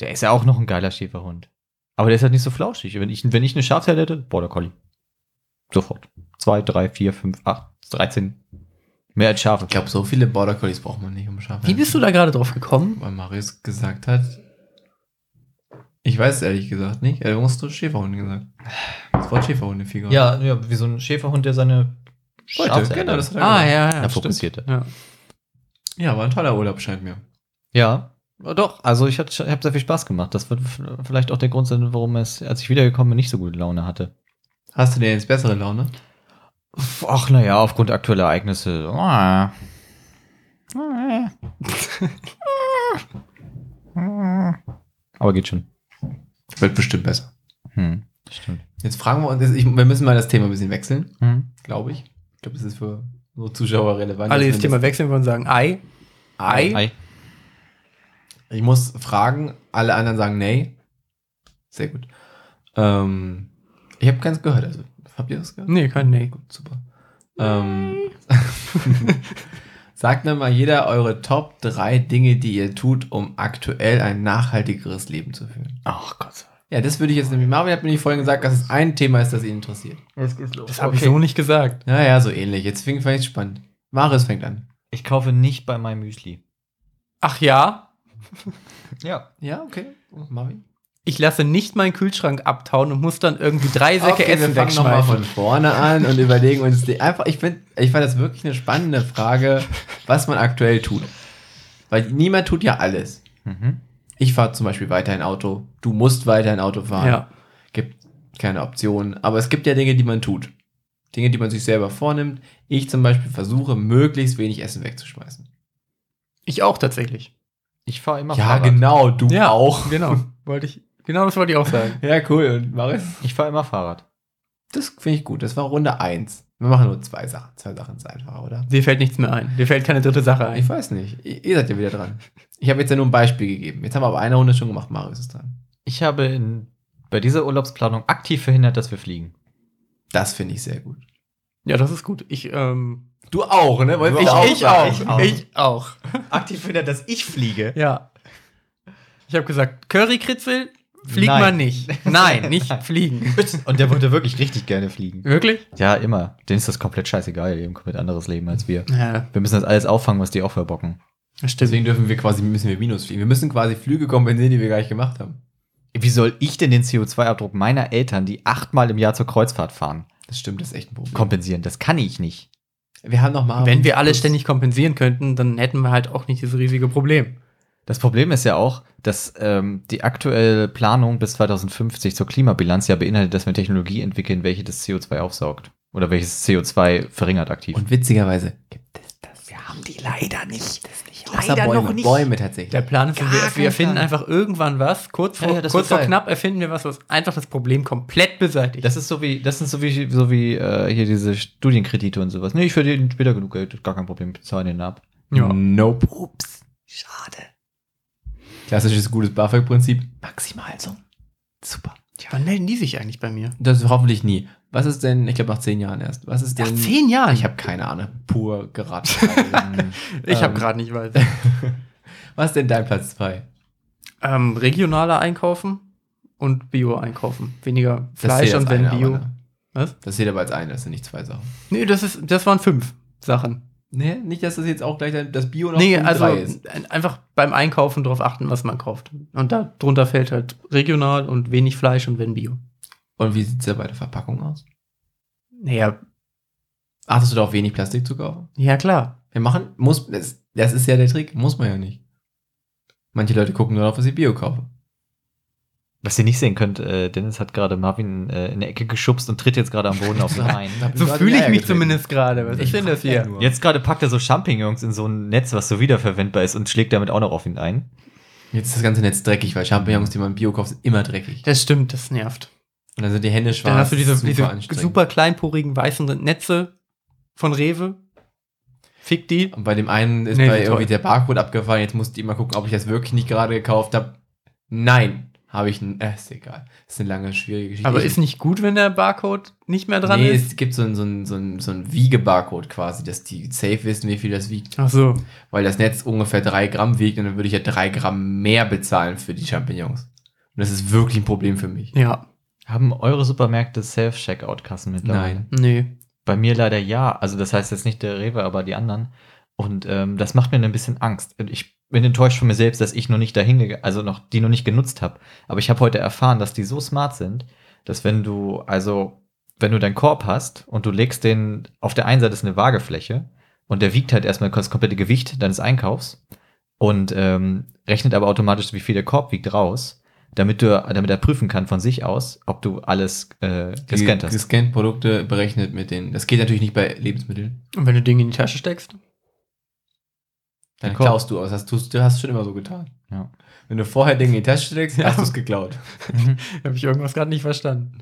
Speaker 2: Der ist ja auch noch ein geiler Schäferhund. Aber der ist halt nicht so flauschig. Wenn ich, wenn ich eine Schafsherde hätte, Border Collie. Sofort. Zwei, drei, vier, fünf, acht, 13. Mehr als Schafe.
Speaker 1: Ich glaube, so viele Border Collies braucht man nicht, um Schafe.
Speaker 4: Wie bist du da gerade drauf gekommen?
Speaker 1: Weil Marius gesagt hat. Ich weiß es ehrlich gesagt nicht. Er hast du Schäferhund gesagt. Das Wort Schäferhundefigur.
Speaker 2: Ja, ja, wie so ein Schäferhund, der seine
Speaker 1: Heute,
Speaker 2: Schafsherde
Speaker 1: genau, das hat er
Speaker 4: Ah,
Speaker 1: gesagt.
Speaker 4: ja, ja.
Speaker 2: ja,
Speaker 4: stimmt.
Speaker 2: fokussierte.
Speaker 4: Ja.
Speaker 1: ja, war ein toller Urlaub, scheint mir.
Speaker 2: Ja, doch. Also ich habe sehr viel Spaß gemacht. Das wird f- vielleicht auch der Grund sein, warum es, als ich wiedergekommen bin, nicht so gute Laune hatte.
Speaker 1: Hast du denn jetzt bessere Laune?
Speaker 2: Ach, naja, aufgrund aktueller Ereignisse. Ah. Ah. Aber geht schon.
Speaker 1: Wird bestimmt besser.
Speaker 2: Hm, stimmt.
Speaker 1: Jetzt fragen wir uns, jetzt- ich, wir müssen mal das Thema ein bisschen wechseln,
Speaker 2: Hm.
Speaker 1: glaube ich. Ich glaube, das ist für so Zuschauer relevant.
Speaker 4: Alle
Speaker 1: dass
Speaker 4: das
Speaker 1: wir
Speaker 4: Thema wechseln wollen und sagen Ei. Ei.
Speaker 2: Ei.
Speaker 1: Ich muss fragen, alle anderen sagen nee. Sehr gut. Ähm, ich habe ganz gehört, also habt ihr das gehört?
Speaker 4: Nee, kein Nee.
Speaker 1: Gut, super. Ähm, sagt mir mal jeder eure Top 3 Dinge, die ihr tut, um aktuell ein nachhaltigeres Leben zu führen.
Speaker 2: Ach Gott.
Speaker 1: Ja, das würde ich jetzt nämlich. Marvin hat mir nicht vorhin gesagt, dass es ein Thema ist, das ihn interessiert.
Speaker 4: Das habe ich so nicht gesagt.
Speaker 1: Naja, so ähnlich. Jetzt fing vielleicht spannend. Marius fängt an.
Speaker 2: Ich kaufe nicht bei meinem Müsli.
Speaker 4: Ach ja,
Speaker 2: Ja.
Speaker 1: Ja, okay. Und Marvin?
Speaker 4: ich lasse nicht meinen Kühlschrank abtauen und muss dann irgendwie drei Säcke
Speaker 1: okay,
Speaker 4: Essen
Speaker 1: wir fangen nochmal von
Speaker 4: wegschmeißen.
Speaker 1: vorne an und überlegen uns die einfach. Ich finde, ich fand das wirklich eine spannende Frage, was man aktuell tut. Weil niemand tut ja alles.
Speaker 2: Mhm.
Speaker 1: Ich fahre zum Beispiel weiterhin Auto. Du musst weiterhin Auto fahren.
Speaker 4: Ja.
Speaker 1: Gibt keine Option. Aber es gibt ja Dinge, die man tut. Dinge, die man sich selber vornimmt. Ich zum Beispiel versuche, möglichst wenig Essen wegzuschmeißen.
Speaker 4: Ich auch tatsächlich.
Speaker 2: Ich fahre immer
Speaker 1: ja,
Speaker 2: Fahrrad.
Speaker 1: genau, du
Speaker 4: Ja,
Speaker 1: auch.
Speaker 4: Genau. Wollte ich, genau das wollte ich auch sagen.
Speaker 1: Ja, cool. Und Marius?
Speaker 2: Ich fahre immer Fahrrad.
Speaker 1: Das finde ich gut. Das war Runde 1. Wir machen nur zwei Sachen. Zwei Sachen ist einfacher, oder?
Speaker 4: Dir fällt nichts mehr ein. Dir fällt keine dritte Sache ein.
Speaker 1: Ich weiß nicht. I- Ihr seid ja wieder dran. Ich habe jetzt ja nur ein Beispiel gegeben. Jetzt haben wir aber eine Runde schon gemacht. Marius ist dran.
Speaker 2: Ich habe in, bei dieser Urlaubsplanung aktiv verhindert, dass wir fliegen.
Speaker 1: Das finde ich sehr gut.
Speaker 4: Ja, das ist gut. Ich, ähm,
Speaker 1: Du auch, ne?
Speaker 2: Du
Speaker 1: Wolltest
Speaker 2: auch,
Speaker 1: du
Speaker 2: ja, ich
Speaker 1: Ich
Speaker 2: auch.
Speaker 1: auch.
Speaker 4: ich auch.
Speaker 2: Aktiv verhindert, dass ich fliege?
Speaker 4: Ja. Ich habe gesagt, Currykritzel, flieg
Speaker 2: Nein.
Speaker 4: mal nicht. Nein, nicht
Speaker 2: Nein.
Speaker 4: fliegen.
Speaker 2: Und der wollte wirklich richtig gerne fliegen.
Speaker 4: Wirklich?
Speaker 2: Ja, immer. Denen ist das komplett scheißegal. Die haben ein komplett anderes Leben als wir.
Speaker 4: Ja,
Speaker 2: Wir müssen das alles auffangen, was die auch verbocken.
Speaker 4: stimmt.
Speaker 1: Deswegen dürfen wir quasi, müssen wir Minus fliegen. Wir müssen quasi Flüge kompensieren, die wir gar nicht gemacht haben.
Speaker 2: Wie soll ich denn den CO2-Abdruck meiner Eltern, die achtmal im Jahr zur Kreuzfahrt fahren,
Speaker 1: Das stimmt, das ist echt ein Problem.
Speaker 2: kompensieren? Das kann ich nicht.
Speaker 1: Wir haben noch mal.
Speaker 4: Wenn wir alle ständig kompensieren könnten, dann hätten wir halt auch nicht dieses riesige Problem.
Speaker 2: Das Problem ist ja auch, dass ähm, die aktuelle Planung bis 2050 zur Klimabilanz ja beinhaltet, dass wir Technologie entwickeln, welche das CO2 aufsaugt. Oder welches CO2 verringert aktiv.
Speaker 1: Und witzigerweise gibt es das.
Speaker 5: Wir haben die leider nicht.
Speaker 1: Außer
Speaker 5: leider
Speaker 1: Bäume.
Speaker 5: noch nicht.
Speaker 1: Bäume tatsächlich.
Speaker 4: Der Plan ist, wir,
Speaker 5: kein
Speaker 4: wir erfinden
Speaker 5: Plan.
Speaker 4: einfach irgendwann was, kurz
Speaker 2: Ja,
Speaker 4: vor,
Speaker 2: ja, das
Speaker 4: kurz
Speaker 2: wird
Speaker 4: vor
Speaker 2: geil.
Speaker 4: knapp erfinden wir was, was einfach das Problem komplett beseitigt.
Speaker 2: Das ist so wie, das ist so wie, so wie äh, hier diese Studienkredite und sowas. Nee, ich verdiene später genug Geld, gar kein Problem, bezahle den ab.
Speaker 4: ja.
Speaker 1: Nope.
Speaker 5: Ups. Schade.
Speaker 1: Klassisches gutes BAföG-Prinzip.
Speaker 5: Maximalsummen.
Speaker 1: Super.
Speaker 4: Wann melden die sich eigentlich bei mir?
Speaker 1: Das hoffentlich nie. Was ist denn, ich glaube nach zehn Jahren erst, was ist
Speaker 4: Nach
Speaker 1: denn...
Speaker 4: zehn Jahren.
Speaker 1: Ich habe keine Ahnung. Pur geraten.
Speaker 2: Mhm.
Speaker 4: ich
Speaker 1: ähm,
Speaker 4: hab gerade nicht weiß.
Speaker 1: was ist denn dein Platz 2?
Speaker 4: ähm, regionaler einkaufen und Bio einkaufen. Weniger Fleisch und wenn Bio.
Speaker 1: ne.
Speaker 4: Was?
Speaker 1: Was? Das zählt aber als eine, das sind nicht zwei Sachen.
Speaker 4: Nee, das, ist, das waren fünf Sachen.
Speaker 1: Nee, nicht, dass das jetzt auch gleich dein- das Bio noch
Speaker 4: Nee,
Speaker 1: Punkt
Speaker 4: also
Speaker 1: drei ist.
Speaker 4: ein- einfach beim Einkaufen darauf achten, was man kauft. Und da drunter fällt halt regional und wenig Fleisch und wenn Bio.
Speaker 1: Und wie sieht es da bei der Verpackung aus?
Speaker 4: Naja,
Speaker 1: Achtest du da auf wenig Plastik zu kaufen?
Speaker 4: ja klar.
Speaker 1: Wir machen, muss, das, das ist ja der Trick, muss man ja nicht. Manche Leute gucken nur auf, was sie Bio kaufen.
Speaker 2: Was ihr nicht sehen könnt, äh, Dennis hat gerade Marvin äh, in eine Ecke geschubst und tritt jetzt gerade am Boden auf den Bein.
Speaker 4: So fühle ich mich zumindest gerade. Was
Speaker 1: Ich
Speaker 4: ist denn das
Speaker 1: frag ja
Speaker 4: hier?
Speaker 1: nur.
Speaker 2: Jetzt gerade packt er so Champignons in so ein Netz, was so wiederverwendbar ist und schlägt damit auch noch auf ihn ein.
Speaker 1: Jetzt ist das ganze Netz dreckig, weil Champignons, die man Bio kauft, sind immer dreckig.
Speaker 4: Das stimmt, das nervt.
Speaker 1: Und dann sind die Hände schwarz.
Speaker 4: Dann hast du diese
Speaker 1: das ist
Speaker 4: super, diese
Speaker 1: anstrengend.
Speaker 4: super kleinporigen weißen Netze von Rewe. Fick die.
Speaker 1: Und bei dem einen ist
Speaker 4: Nee,
Speaker 1: bei
Speaker 4: toll.
Speaker 1: irgendwie der Barcode abgefallen. Jetzt musste ich mal gucken, ob ich das wirklich nicht gerade gekauft habe. Nein, habe ich. n- Äh, ist egal. Ist eine lange, schwierige Geschichte.
Speaker 4: Aber
Speaker 1: ich,
Speaker 4: ist nicht gut, wenn der Barcode nicht mehr dran
Speaker 1: nee,
Speaker 4: ist?
Speaker 1: es gibt so einen so ein- so ein, so ein Wiegebarcode quasi, dass die safe wissen, wie viel das wiegt.
Speaker 4: Ach so.
Speaker 1: Weil das Netz ungefähr drei Gramm wiegt und dann würde ich ja drei Gramm mehr bezahlen für die Champignons. Und das ist wirklich ein Problem für mich.
Speaker 4: Ja,
Speaker 2: Haben eure Supermärkte Self-Checkout-Kassen mittlerweile?
Speaker 1: Nein.
Speaker 4: nee.
Speaker 2: Bei mir leider ja. Also das heißt jetzt nicht der Rewe, aber die anderen. Und ähm, das macht mir ein bisschen Angst. Und Ich bin enttäuscht von mir selbst, dass ich noch nicht dahin, gege- also noch die noch nicht genutzt habe. Aber ich habe heute erfahren, dass die so smart sind, dass wenn du also wenn du deinen Korb hast und du legst den auf der einen Seite ist eine Waagefläche und der wiegt halt erstmal das komplette Gewicht deines Einkaufs und ähm, rechnet aber automatisch, wie viel der Korb wiegt raus, damit du damit er prüfen kann von sich aus, ob du alles äh,
Speaker 1: Die
Speaker 2: gescannt hast.
Speaker 1: gescannt Produkte berechnet mit den. Das geht natürlich nicht bei Lebensmitteln.
Speaker 4: Und wenn du Dinge in die Tasche steckst?
Speaker 1: Dann
Speaker 2: Ja, komm.
Speaker 1: klaust du aus. Das tust, du hast es schon immer so getan.
Speaker 2: Ja.
Speaker 1: Wenn du vorher Dinge in die Tasche steckst, hast du es geklaut.
Speaker 4: Habe ich irgendwas gerade nicht verstanden.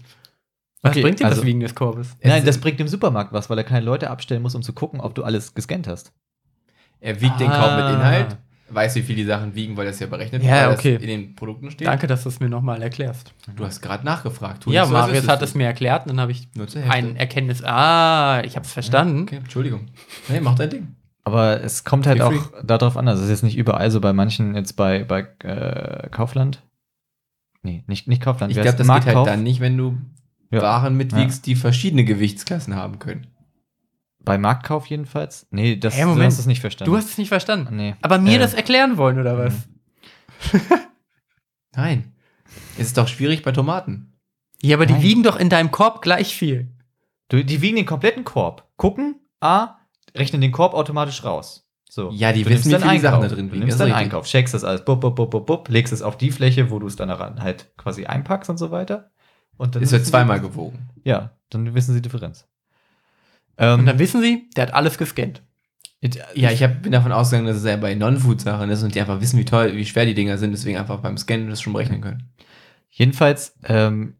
Speaker 4: Was
Speaker 2: Okay,
Speaker 4: bringt dir das
Speaker 2: also-
Speaker 4: Wiegen des Korbes?
Speaker 1: Es-
Speaker 2: Nein, das bringt dem Supermarkt was, weil er keine Leute abstellen muss, um zu gucken, ob du alles gescannt hast.
Speaker 1: Er wiegt den Korb
Speaker 4: Ah.
Speaker 1: mit Inhalt, weiß, wie viel die Sachen wiegen, weil das ja berechnet
Speaker 4: Ja,
Speaker 1: weil das
Speaker 4: okay.
Speaker 1: in den Produkten steht.
Speaker 4: Danke, dass du es mir nochmal erklärst.
Speaker 1: Du hast gerade nachgefragt. Tu
Speaker 4: Ja,
Speaker 1: nicht so, als
Speaker 4: Marius
Speaker 1: wüsstest
Speaker 4: hat
Speaker 1: du.
Speaker 4: es mir erklärt und dann habe ich
Speaker 1: Nur zur Hälfte.
Speaker 4: ein Erkenntnis. Ah, ich habe es verstanden.
Speaker 1: Okay, Entschuldigung. Nee, mach dein Ding.
Speaker 2: Aber es kommt halt
Speaker 1: Wie
Speaker 2: auch darauf an. Also es ist jetzt nicht überall so bei manchen, jetzt bei, bei äh, Kaufland. Nee, nicht, nicht Kaufland.
Speaker 1: Ich
Speaker 2: Wer
Speaker 1: glaube,
Speaker 2: ist
Speaker 1: das geht
Speaker 2: Marktkauf?
Speaker 1: halt dann nicht, wenn du
Speaker 2: Ja.
Speaker 1: Waren mitwiegst, die verschiedene Gewichtsklassen haben können.
Speaker 2: Bei Marktkauf jedenfalls? Nee, das,
Speaker 4: Hey,
Speaker 2: du
Speaker 4: Moment.
Speaker 2: hast es nicht verstanden.
Speaker 4: Du hast es nicht verstanden.
Speaker 2: Nee.
Speaker 4: Aber mir
Speaker 2: Äh,
Speaker 4: das erklären wollen, oder was?
Speaker 1: Nein. Es ist doch schwierig bei Tomaten.
Speaker 4: Ja, aber die
Speaker 2: Nein.
Speaker 4: wiegen doch in deinem Korb gleich viel.
Speaker 2: Du, die wiegen den kompletten Korb. Gucken, A, rechnen den Korb automatisch raus. So.
Speaker 1: Ja, die
Speaker 2: Du
Speaker 1: wissen,
Speaker 2: nimmst
Speaker 1: wie
Speaker 2: deinen
Speaker 1: viele Sachen
Speaker 2: Einkauf.
Speaker 1: da drin
Speaker 2: Du
Speaker 1: liegen, das
Speaker 2: nimmst
Speaker 1: ist
Speaker 2: deinen
Speaker 1: richtig.
Speaker 2: Einkauf, checkst das alles, bup, bup, bup, bup, bup, legst es auf die Fläche, wo du es dann ran- halt quasi einpackst und so weiter. Und dann
Speaker 1: Es wird
Speaker 2: wissen sie-
Speaker 1: zweimal gewogen.
Speaker 2: Ja, dann wissen sie Differenz. Ähm,
Speaker 4: Und dann wissen sie, der hat alles gescannt.
Speaker 1: Ja, ich hab, bin davon ausgegangen, dass es ja bei Non-Food-Sachen ist und die einfach wissen, wie toll, wie schwer die Dinger sind, deswegen einfach beim Scannen das schon berechnen können.
Speaker 2: jedenfalls, ähm,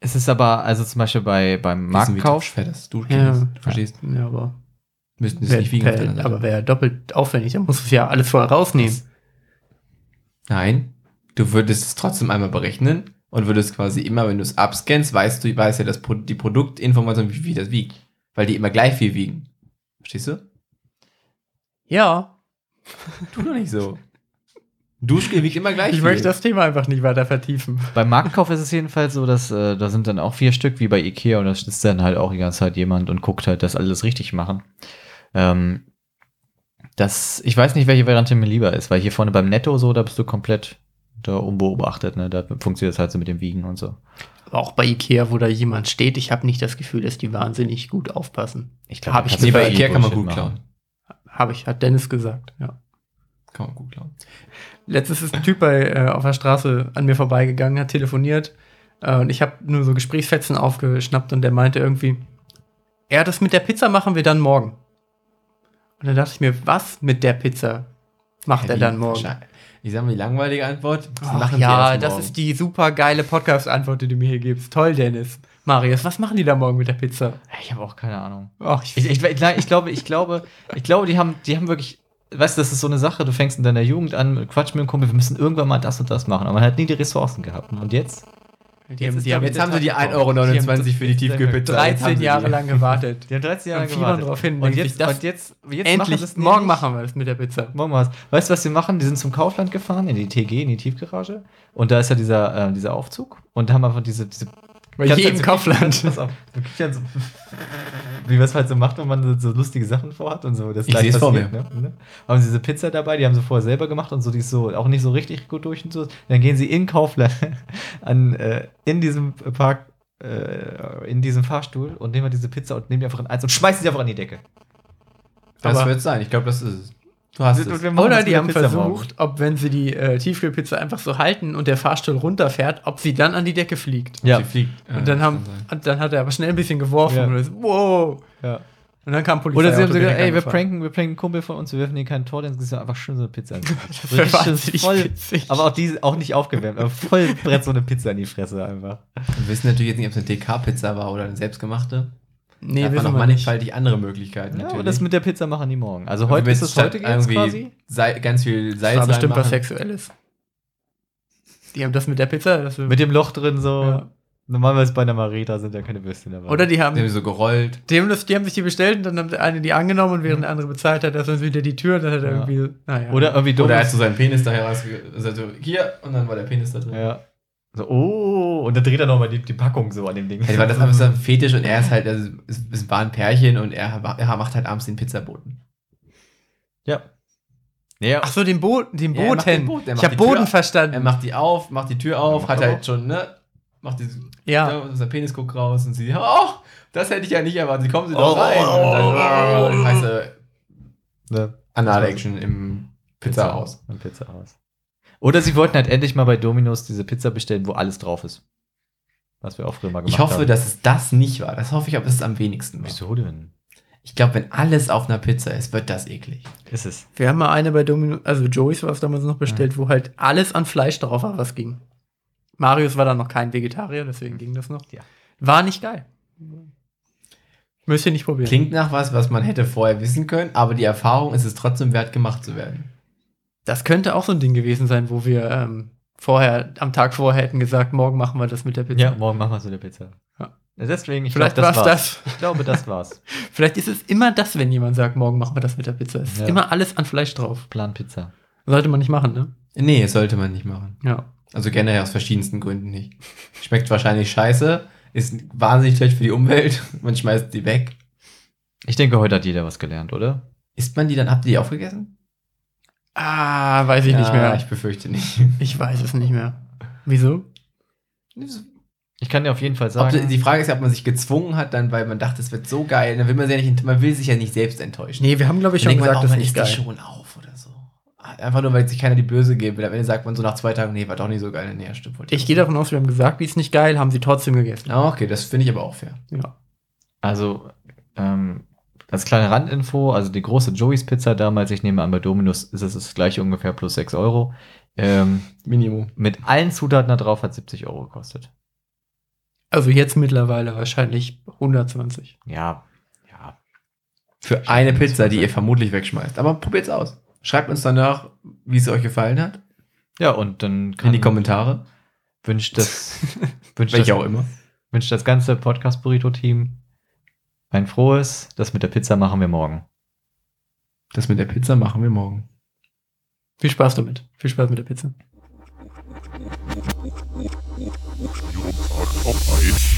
Speaker 2: es ist aber, also zum Beispiel bei, beim
Speaker 1: Wissen, wie toll
Speaker 2: Marktkauf,
Speaker 1: schwer das du
Speaker 4: Ja.
Speaker 1: ja. verstehst.
Speaker 4: Ja, aber,
Speaker 1: Müssten sie
Speaker 4: wär,
Speaker 1: nicht wiegen. auf der anderen
Speaker 4: wär,
Speaker 1: Seite.
Speaker 4: aber wäre doppelt aufwendig. Dann musst du es ja alles vorher rausnehmen.
Speaker 1: Nein, du würdest es trotzdem einmal berechnen und würdest quasi immer, wenn du es abscannst, weißt du, weißt ja das, Pro- die Produktinformation, wie viel das wiegt. Weil die immer gleich viel wiegen. Verstehst du?
Speaker 4: Ja,
Speaker 1: Tu doch nicht so. Duschgel wiegt immer gleich
Speaker 4: ich möchte das Thema einfach nicht weiter vertiefen.
Speaker 2: beim Marktkauf ist es jedenfalls so, dass äh, da sind dann auch vier Stück wie bei Ikea und da sitzt dann halt auch die ganze Zeit jemand und guckt halt, dass alle das richtig machen. Ähm, das, ich weiß nicht, welche Variante mir lieber ist, weil hier vorne beim Netto so, da bist du komplett da unbeobachtet, ne? Da funktioniert es halt so mit dem Wiegen und so.
Speaker 4: Aber auch bei Ikea, wo da jemand steht, ich habe nicht das Gefühl, dass die wahnsinnig gut aufpassen.
Speaker 2: Ich
Speaker 4: Hab ich
Speaker 2: kannst
Speaker 1: Also Nee,
Speaker 2: du
Speaker 1: bei
Speaker 2: viel
Speaker 1: Ikea kann man
Speaker 2: Bullshit
Speaker 1: gut
Speaker 2: machen.
Speaker 1: klauen.
Speaker 4: Habe ich, hat Dennis gesagt, ja.
Speaker 1: Kann man gut glauben.
Speaker 4: Letztens ist ein Typ bei, äh, auf der Straße an mir vorbeigegangen, hat telefoniert äh, und ich habe nur so Gesprächsfetzen aufgeschnappt und der meinte irgendwie, ja, das mit der Pizza machen wir dann morgen. Und dann dachte ich mir, was mit der Pizza macht er
Speaker 1: Wie-
Speaker 4: dann morgen?
Speaker 1: Scha- Ich sag mal die langweilige Antwort. Das
Speaker 4: Ach
Speaker 1: machen sie
Speaker 4: ja,
Speaker 1: erst
Speaker 4: das
Speaker 1: morgen.
Speaker 4: ist die super geile Podcast-Antwort, die du mir hier gibst. Toll, Dennis. Marius, was machen die da morgen mit der Pizza?
Speaker 2: Ich habe auch keine Ahnung.
Speaker 4: Ach,
Speaker 2: Ich, ich, ich, nein, ich glaube, ich glaube, ich glaube, die haben, die haben wirklich, weißt du, das ist so eine Sache, du fängst in deiner Jugend an, quatsch mit dem Kumpel, wir müssen irgendwann mal das und das machen, aber man hat nie die Ressourcen gehabt. Und jetzt?
Speaker 4: die haben,
Speaker 2: ist
Speaker 4: die
Speaker 2: doch
Speaker 4: haben
Speaker 1: Jetzt haben sie die
Speaker 2: Tag
Speaker 1: 1,29 Euro für die
Speaker 2: Die haben
Speaker 1: Tiefkühlpizza. Jetzt haben sie
Speaker 4: 13
Speaker 1: die.
Speaker 4: Jahre lang gewartet.
Speaker 2: Die haben 13 Jahre
Speaker 4: Und fiebern
Speaker 2: gewartet.
Speaker 4: drauf hin,
Speaker 2: und
Speaker 4: denken
Speaker 2: jetzt,
Speaker 4: sich, das-
Speaker 2: und jetzt, jetzt
Speaker 4: Endlich,
Speaker 2: das
Speaker 4: morgen
Speaker 2: nicht.
Speaker 4: machen wir das mit der Pizza.
Speaker 2: Machen wir was. Weißt du, was sie machen? Die sind zum Kaufland gefahren, in die TG, in die Tiefgarage. Und da ist ja dieser, äh, dieser Aufzug. Und da haben einfach diese. diese
Speaker 4: Bei
Speaker 2: Kannst
Speaker 4: jedem
Speaker 2: halt so-
Speaker 4: Kaufland.
Speaker 2: Pass auf, du kriegst ja so, wie man es halt so macht, wenn man so lustige Sachen vorhat und so. Das
Speaker 1: Ich
Speaker 2: leicht
Speaker 1: seh's vor
Speaker 2: passiert, Ne? Ne? Haben sie diese Pizza dabei, die haben sie vorher selber gemacht und so, die ist so auch nicht so richtig gut durch und so. Dann gehen sie in Kaufland an, äh, in diesem Park, äh, in diesem Fahrstuhl und nehmen halt diese Pizza und nehmen die einfach in eins und schmeißen sie einfach an die Decke.
Speaker 1: Das
Speaker 4: Aber-
Speaker 1: wird sein. Ich glaube, das ist es. Du hast es.
Speaker 2: Also, wir machen
Speaker 4: Oder
Speaker 2: das mit
Speaker 4: die
Speaker 2: der
Speaker 4: haben
Speaker 2: Pizza morgen.
Speaker 4: versucht, ob wenn sie die äh, Tiefkühlpizza einfach so halten und der Fahrstuhl runterfährt, ob sie dann an die Decke fliegt.
Speaker 2: Ja.
Speaker 1: Sie fliegt. äh,
Speaker 4: Und dann, haben, und dann hat er aber schnell ein bisschen geworfen.
Speaker 2: Ja.
Speaker 4: Und, dann so, wow.
Speaker 2: Ja.
Speaker 4: und dann kam Polizei.
Speaker 2: Oder sie haben
Speaker 4: Auto
Speaker 2: sogar,
Speaker 4: direkt
Speaker 2: ey, wir
Speaker 4: angefahren.
Speaker 2: pranken, wir pranken einen Kumpel von uns, wir werfen ihm kein Tor, dann ist ja einfach schön so eine Pizza. das
Speaker 4: wär wahnsinnig witzig.
Speaker 2: Aber auch die auch nicht aufgewärmt, aber voll Brett so eine Pizza in die Fresse einfach.
Speaker 1: Wir wissen natürlich jetzt nicht, ob es eine DK-Pizza war oder eine selbstgemachte.
Speaker 4: Nee,
Speaker 1: da hat man
Speaker 4: wissen
Speaker 1: noch
Speaker 4: wir nicht.
Speaker 1: mannigfaltig andere Möglichkeiten.
Speaker 2: Ja,
Speaker 1: natürlich.
Speaker 2: und das mit der Pizza machen die morgen. Also
Speaker 1: Wenn
Speaker 2: heute
Speaker 1: wir
Speaker 2: ist
Speaker 1: jetzt
Speaker 2: es heute
Speaker 1: statt
Speaker 2: geht's
Speaker 1: irgendwie
Speaker 2: quasi.
Speaker 1: Sei, ganz viel Salz
Speaker 4: Das war bestimmt was
Speaker 1: reinmachen.
Speaker 4: Sexuelles. Die haben das mit der Pizza. Das
Speaker 2: Mit dem Loch drin so.
Speaker 4: Ja.
Speaker 2: Normalerweise bei einer Marita sind ja keine Würstchen dabei.
Speaker 4: oder die haben,
Speaker 1: Die haben so gerollt.
Speaker 4: die haben, das, die haben sich die bestellt und dann haben der eine die angenommen und während der andere bezahlt hat, dass uns wieder die Tür, dann hat er
Speaker 2: Ja.
Speaker 4: irgendwie, naja.
Speaker 2: Oder irgendwie dumm.
Speaker 1: Mhm. Oder er hat so seinen Penis daher rausge- also hier und dann war der Penis da drin.
Speaker 2: ja. So, oh, und dann dreht er nochmal die, die Packung so an dem Ding.
Speaker 1: Ey, weil das ist ein Fetisch und er ist halt, also, es es war ein Pärchen und er, er macht halt abends den Pizzaboten.
Speaker 2: ja. Ja,
Speaker 4: Ach so, den, Bo den
Speaker 1: Ja, er
Speaker 4: Boten.
Speaker 1: macht den Boten, er
Speaker 4: ich
Speaker 1: macht
Speaker 4: habe
Speaker 1: die Tür
Speaker 4: Boden
Speaker 1: auf.
Speaker 4: verstanden.
Speaker 1: Er macht die auf, macht die Tür auf,
Speaker 2: Ja,
Speaker 1: hat
Speaker 2: macht
Speaker 1: halt
Speaker 2: auch.
Speaker 1: schon, ne? Macht ne, diesen,
Speaker 4: ja.
Speaker 1: ja. sein Penis guckt raus und sie, oh, das hätte ich ja nicht erwartet. Kommen Sie doch
Speaker 2: Oh.
Speaker 1: rein. Und dann, oh, heiße
Speaker 2: ne?
Speaker 1: Anal-Action im Pizzahaus.
Speaker 2: Ein Pizzahaus. Oder sie wollten halt endlich mal bei Domino's diese Pizza bestellen, wo alles drauf ist. Was wir auch früher mal gemacht
Speaker 1: Ich hoffe,
Speaker 2: haben.
Speaker 1: dass es das nicht war. Das hoffe ich, aber es ist am wenigsten. war.
Speaker 2: Wieso denn?
Speaker 1: Ich glaube, wenn alles auf einer Pizza ist, wird das eklig.
Speaker 2: Ist es.
Speaker 4: Wir haben mal eine bei Domino, also Joey's war es damals noch bestellt, wo halt alles an Fleisch drauf war, was ging. Marius war dann noch kein Vegetarier, deswegen ging das noch.
Speaker 2: Ja.
Speaker 4: War nicht geil. Müsst ihr nicht probieren.
Speaker 1: Klingt nach was, was man hätte vorher wissen können, aber die Erfahrung ist es trotzdem wert, gemacht zu werden.
Speaker 4: Das könnte auch so ein Ding gewesen sein, wo wir ähm, vorher, am Tag vorher hätten gesagt, morgen machen wir das mit der Pizza.
Speaker 2: Ja, morgen machen wir so eine Pizza.
Speaker 4: Ja.
Speaker 2: Deswegen, ich
Speaker 4: Vielleicht
Speaker 2: glaub,
Speaker 4: war's das.
Speaker 2: Ich glaube, das war's.
Speaker 4: Vielleicht ist es immer das, wenn jemand sagt, morgen machen wir das mit der Pizza. Es ist
Speaker 2: Ja.
Speaker 4: immer alles an Fleisch drauf.
Speaker 2: Plan Pizza.
Speaker 4: Sollte man nicht machen, ne?
Speaker 1: Nee, das sollte man nicht machen.
Speaker 4: Ja.
Speaker 1: Also generell aus verschiedensten Gründen nicht. Schmeckt wahrscheinlich scheiße, ist wahnsinnig schlecht für die Umwelt, man schmeißt die weg.
Speaker 2: Ich denke, heute hat jeder was gelernt, oder?
Speaker 1: Isst man die dann ab, die aufgegessen?
Speaker 4: Ah, weiß ich nicht mehr.
Speaker 1: Ich befürchte nicht.
Speaker 4: Ich weiß es nicht mehr. Wieso?
Speaker 2: Ich kann dir auf jeden Fall
Speaker 1: Ob,
Speaker 2: sagen.
Speaker 1: die Frage ist ja, ob man sich gezwungen hat, dann, weil man dachte, es wird so geil, dann will man, sich ja nicht, man will sich ja nicht selbst enttäuschen.
Speaker 4: Nee, wir haben, glaube ich,
Speaker 1: Dann
Speaker 4: schon
Speaker 1: denkt
Speaker 4: gesagt,
Speaker 1: man, oh,
Speaker 4: das ist
Speaker 1: man
Speaker 4: nicht
Speaker 1: isst die
Speaker 4: geil.
Speaker 1: schon auf oder so. Einfach nur, weil sich keiner die Böse geben will. Am Ende sagt man so nach zwei Tagen, nee, war doch nicht so geil. Nee, ja, stimmt. wollte
Speaker 4: Ich gehe davon aus, wir haben gesagt, die ist nicht geil, haben sie trotzdem gegessen.
Speaker 1: Ah, okay, das finde ich aber auch fair.
Speaker 4: Ja.
Speaker 2: Also, ähm, als kleine Randinfo, also die große Joey's Pizza damals, ich nehme an, bei Dominus ist es das gleiche ungefähr plus 6 Euro. Ähm,
Speaker 1: Minimum.
Speaker 2: mit allen Zutaten da drauf hat 70 Euro gekostet.
Speaker 4: Also jetzt mittlerweile wahrscheinlich 120.
Speaker 2: Ja, ja.
Speaker 1: Für eine Pizza, die ihr vermutlich wegschmeißt. Aber probiert's aus. Schreibt uns danach, wie es euch gefallen hat.
Speaker 2: Ja, und dann
Speaker 1: in die Kommentare.
Speaker 2: wünscht das, wünscht das,
Speaker 1: Welche auch immer.
Speaker 2: wünscht das ganze Podcast Burrito Team ein frohes. Das mit der Pizza machen wir morgen.
Speaker 1: Das mit der Pizza machen wir morgen.
Speaker 4: Viel Spaß damit. Viel Spaß mit der Pizza.
Speaker 3: Jürgen sagt auf eins.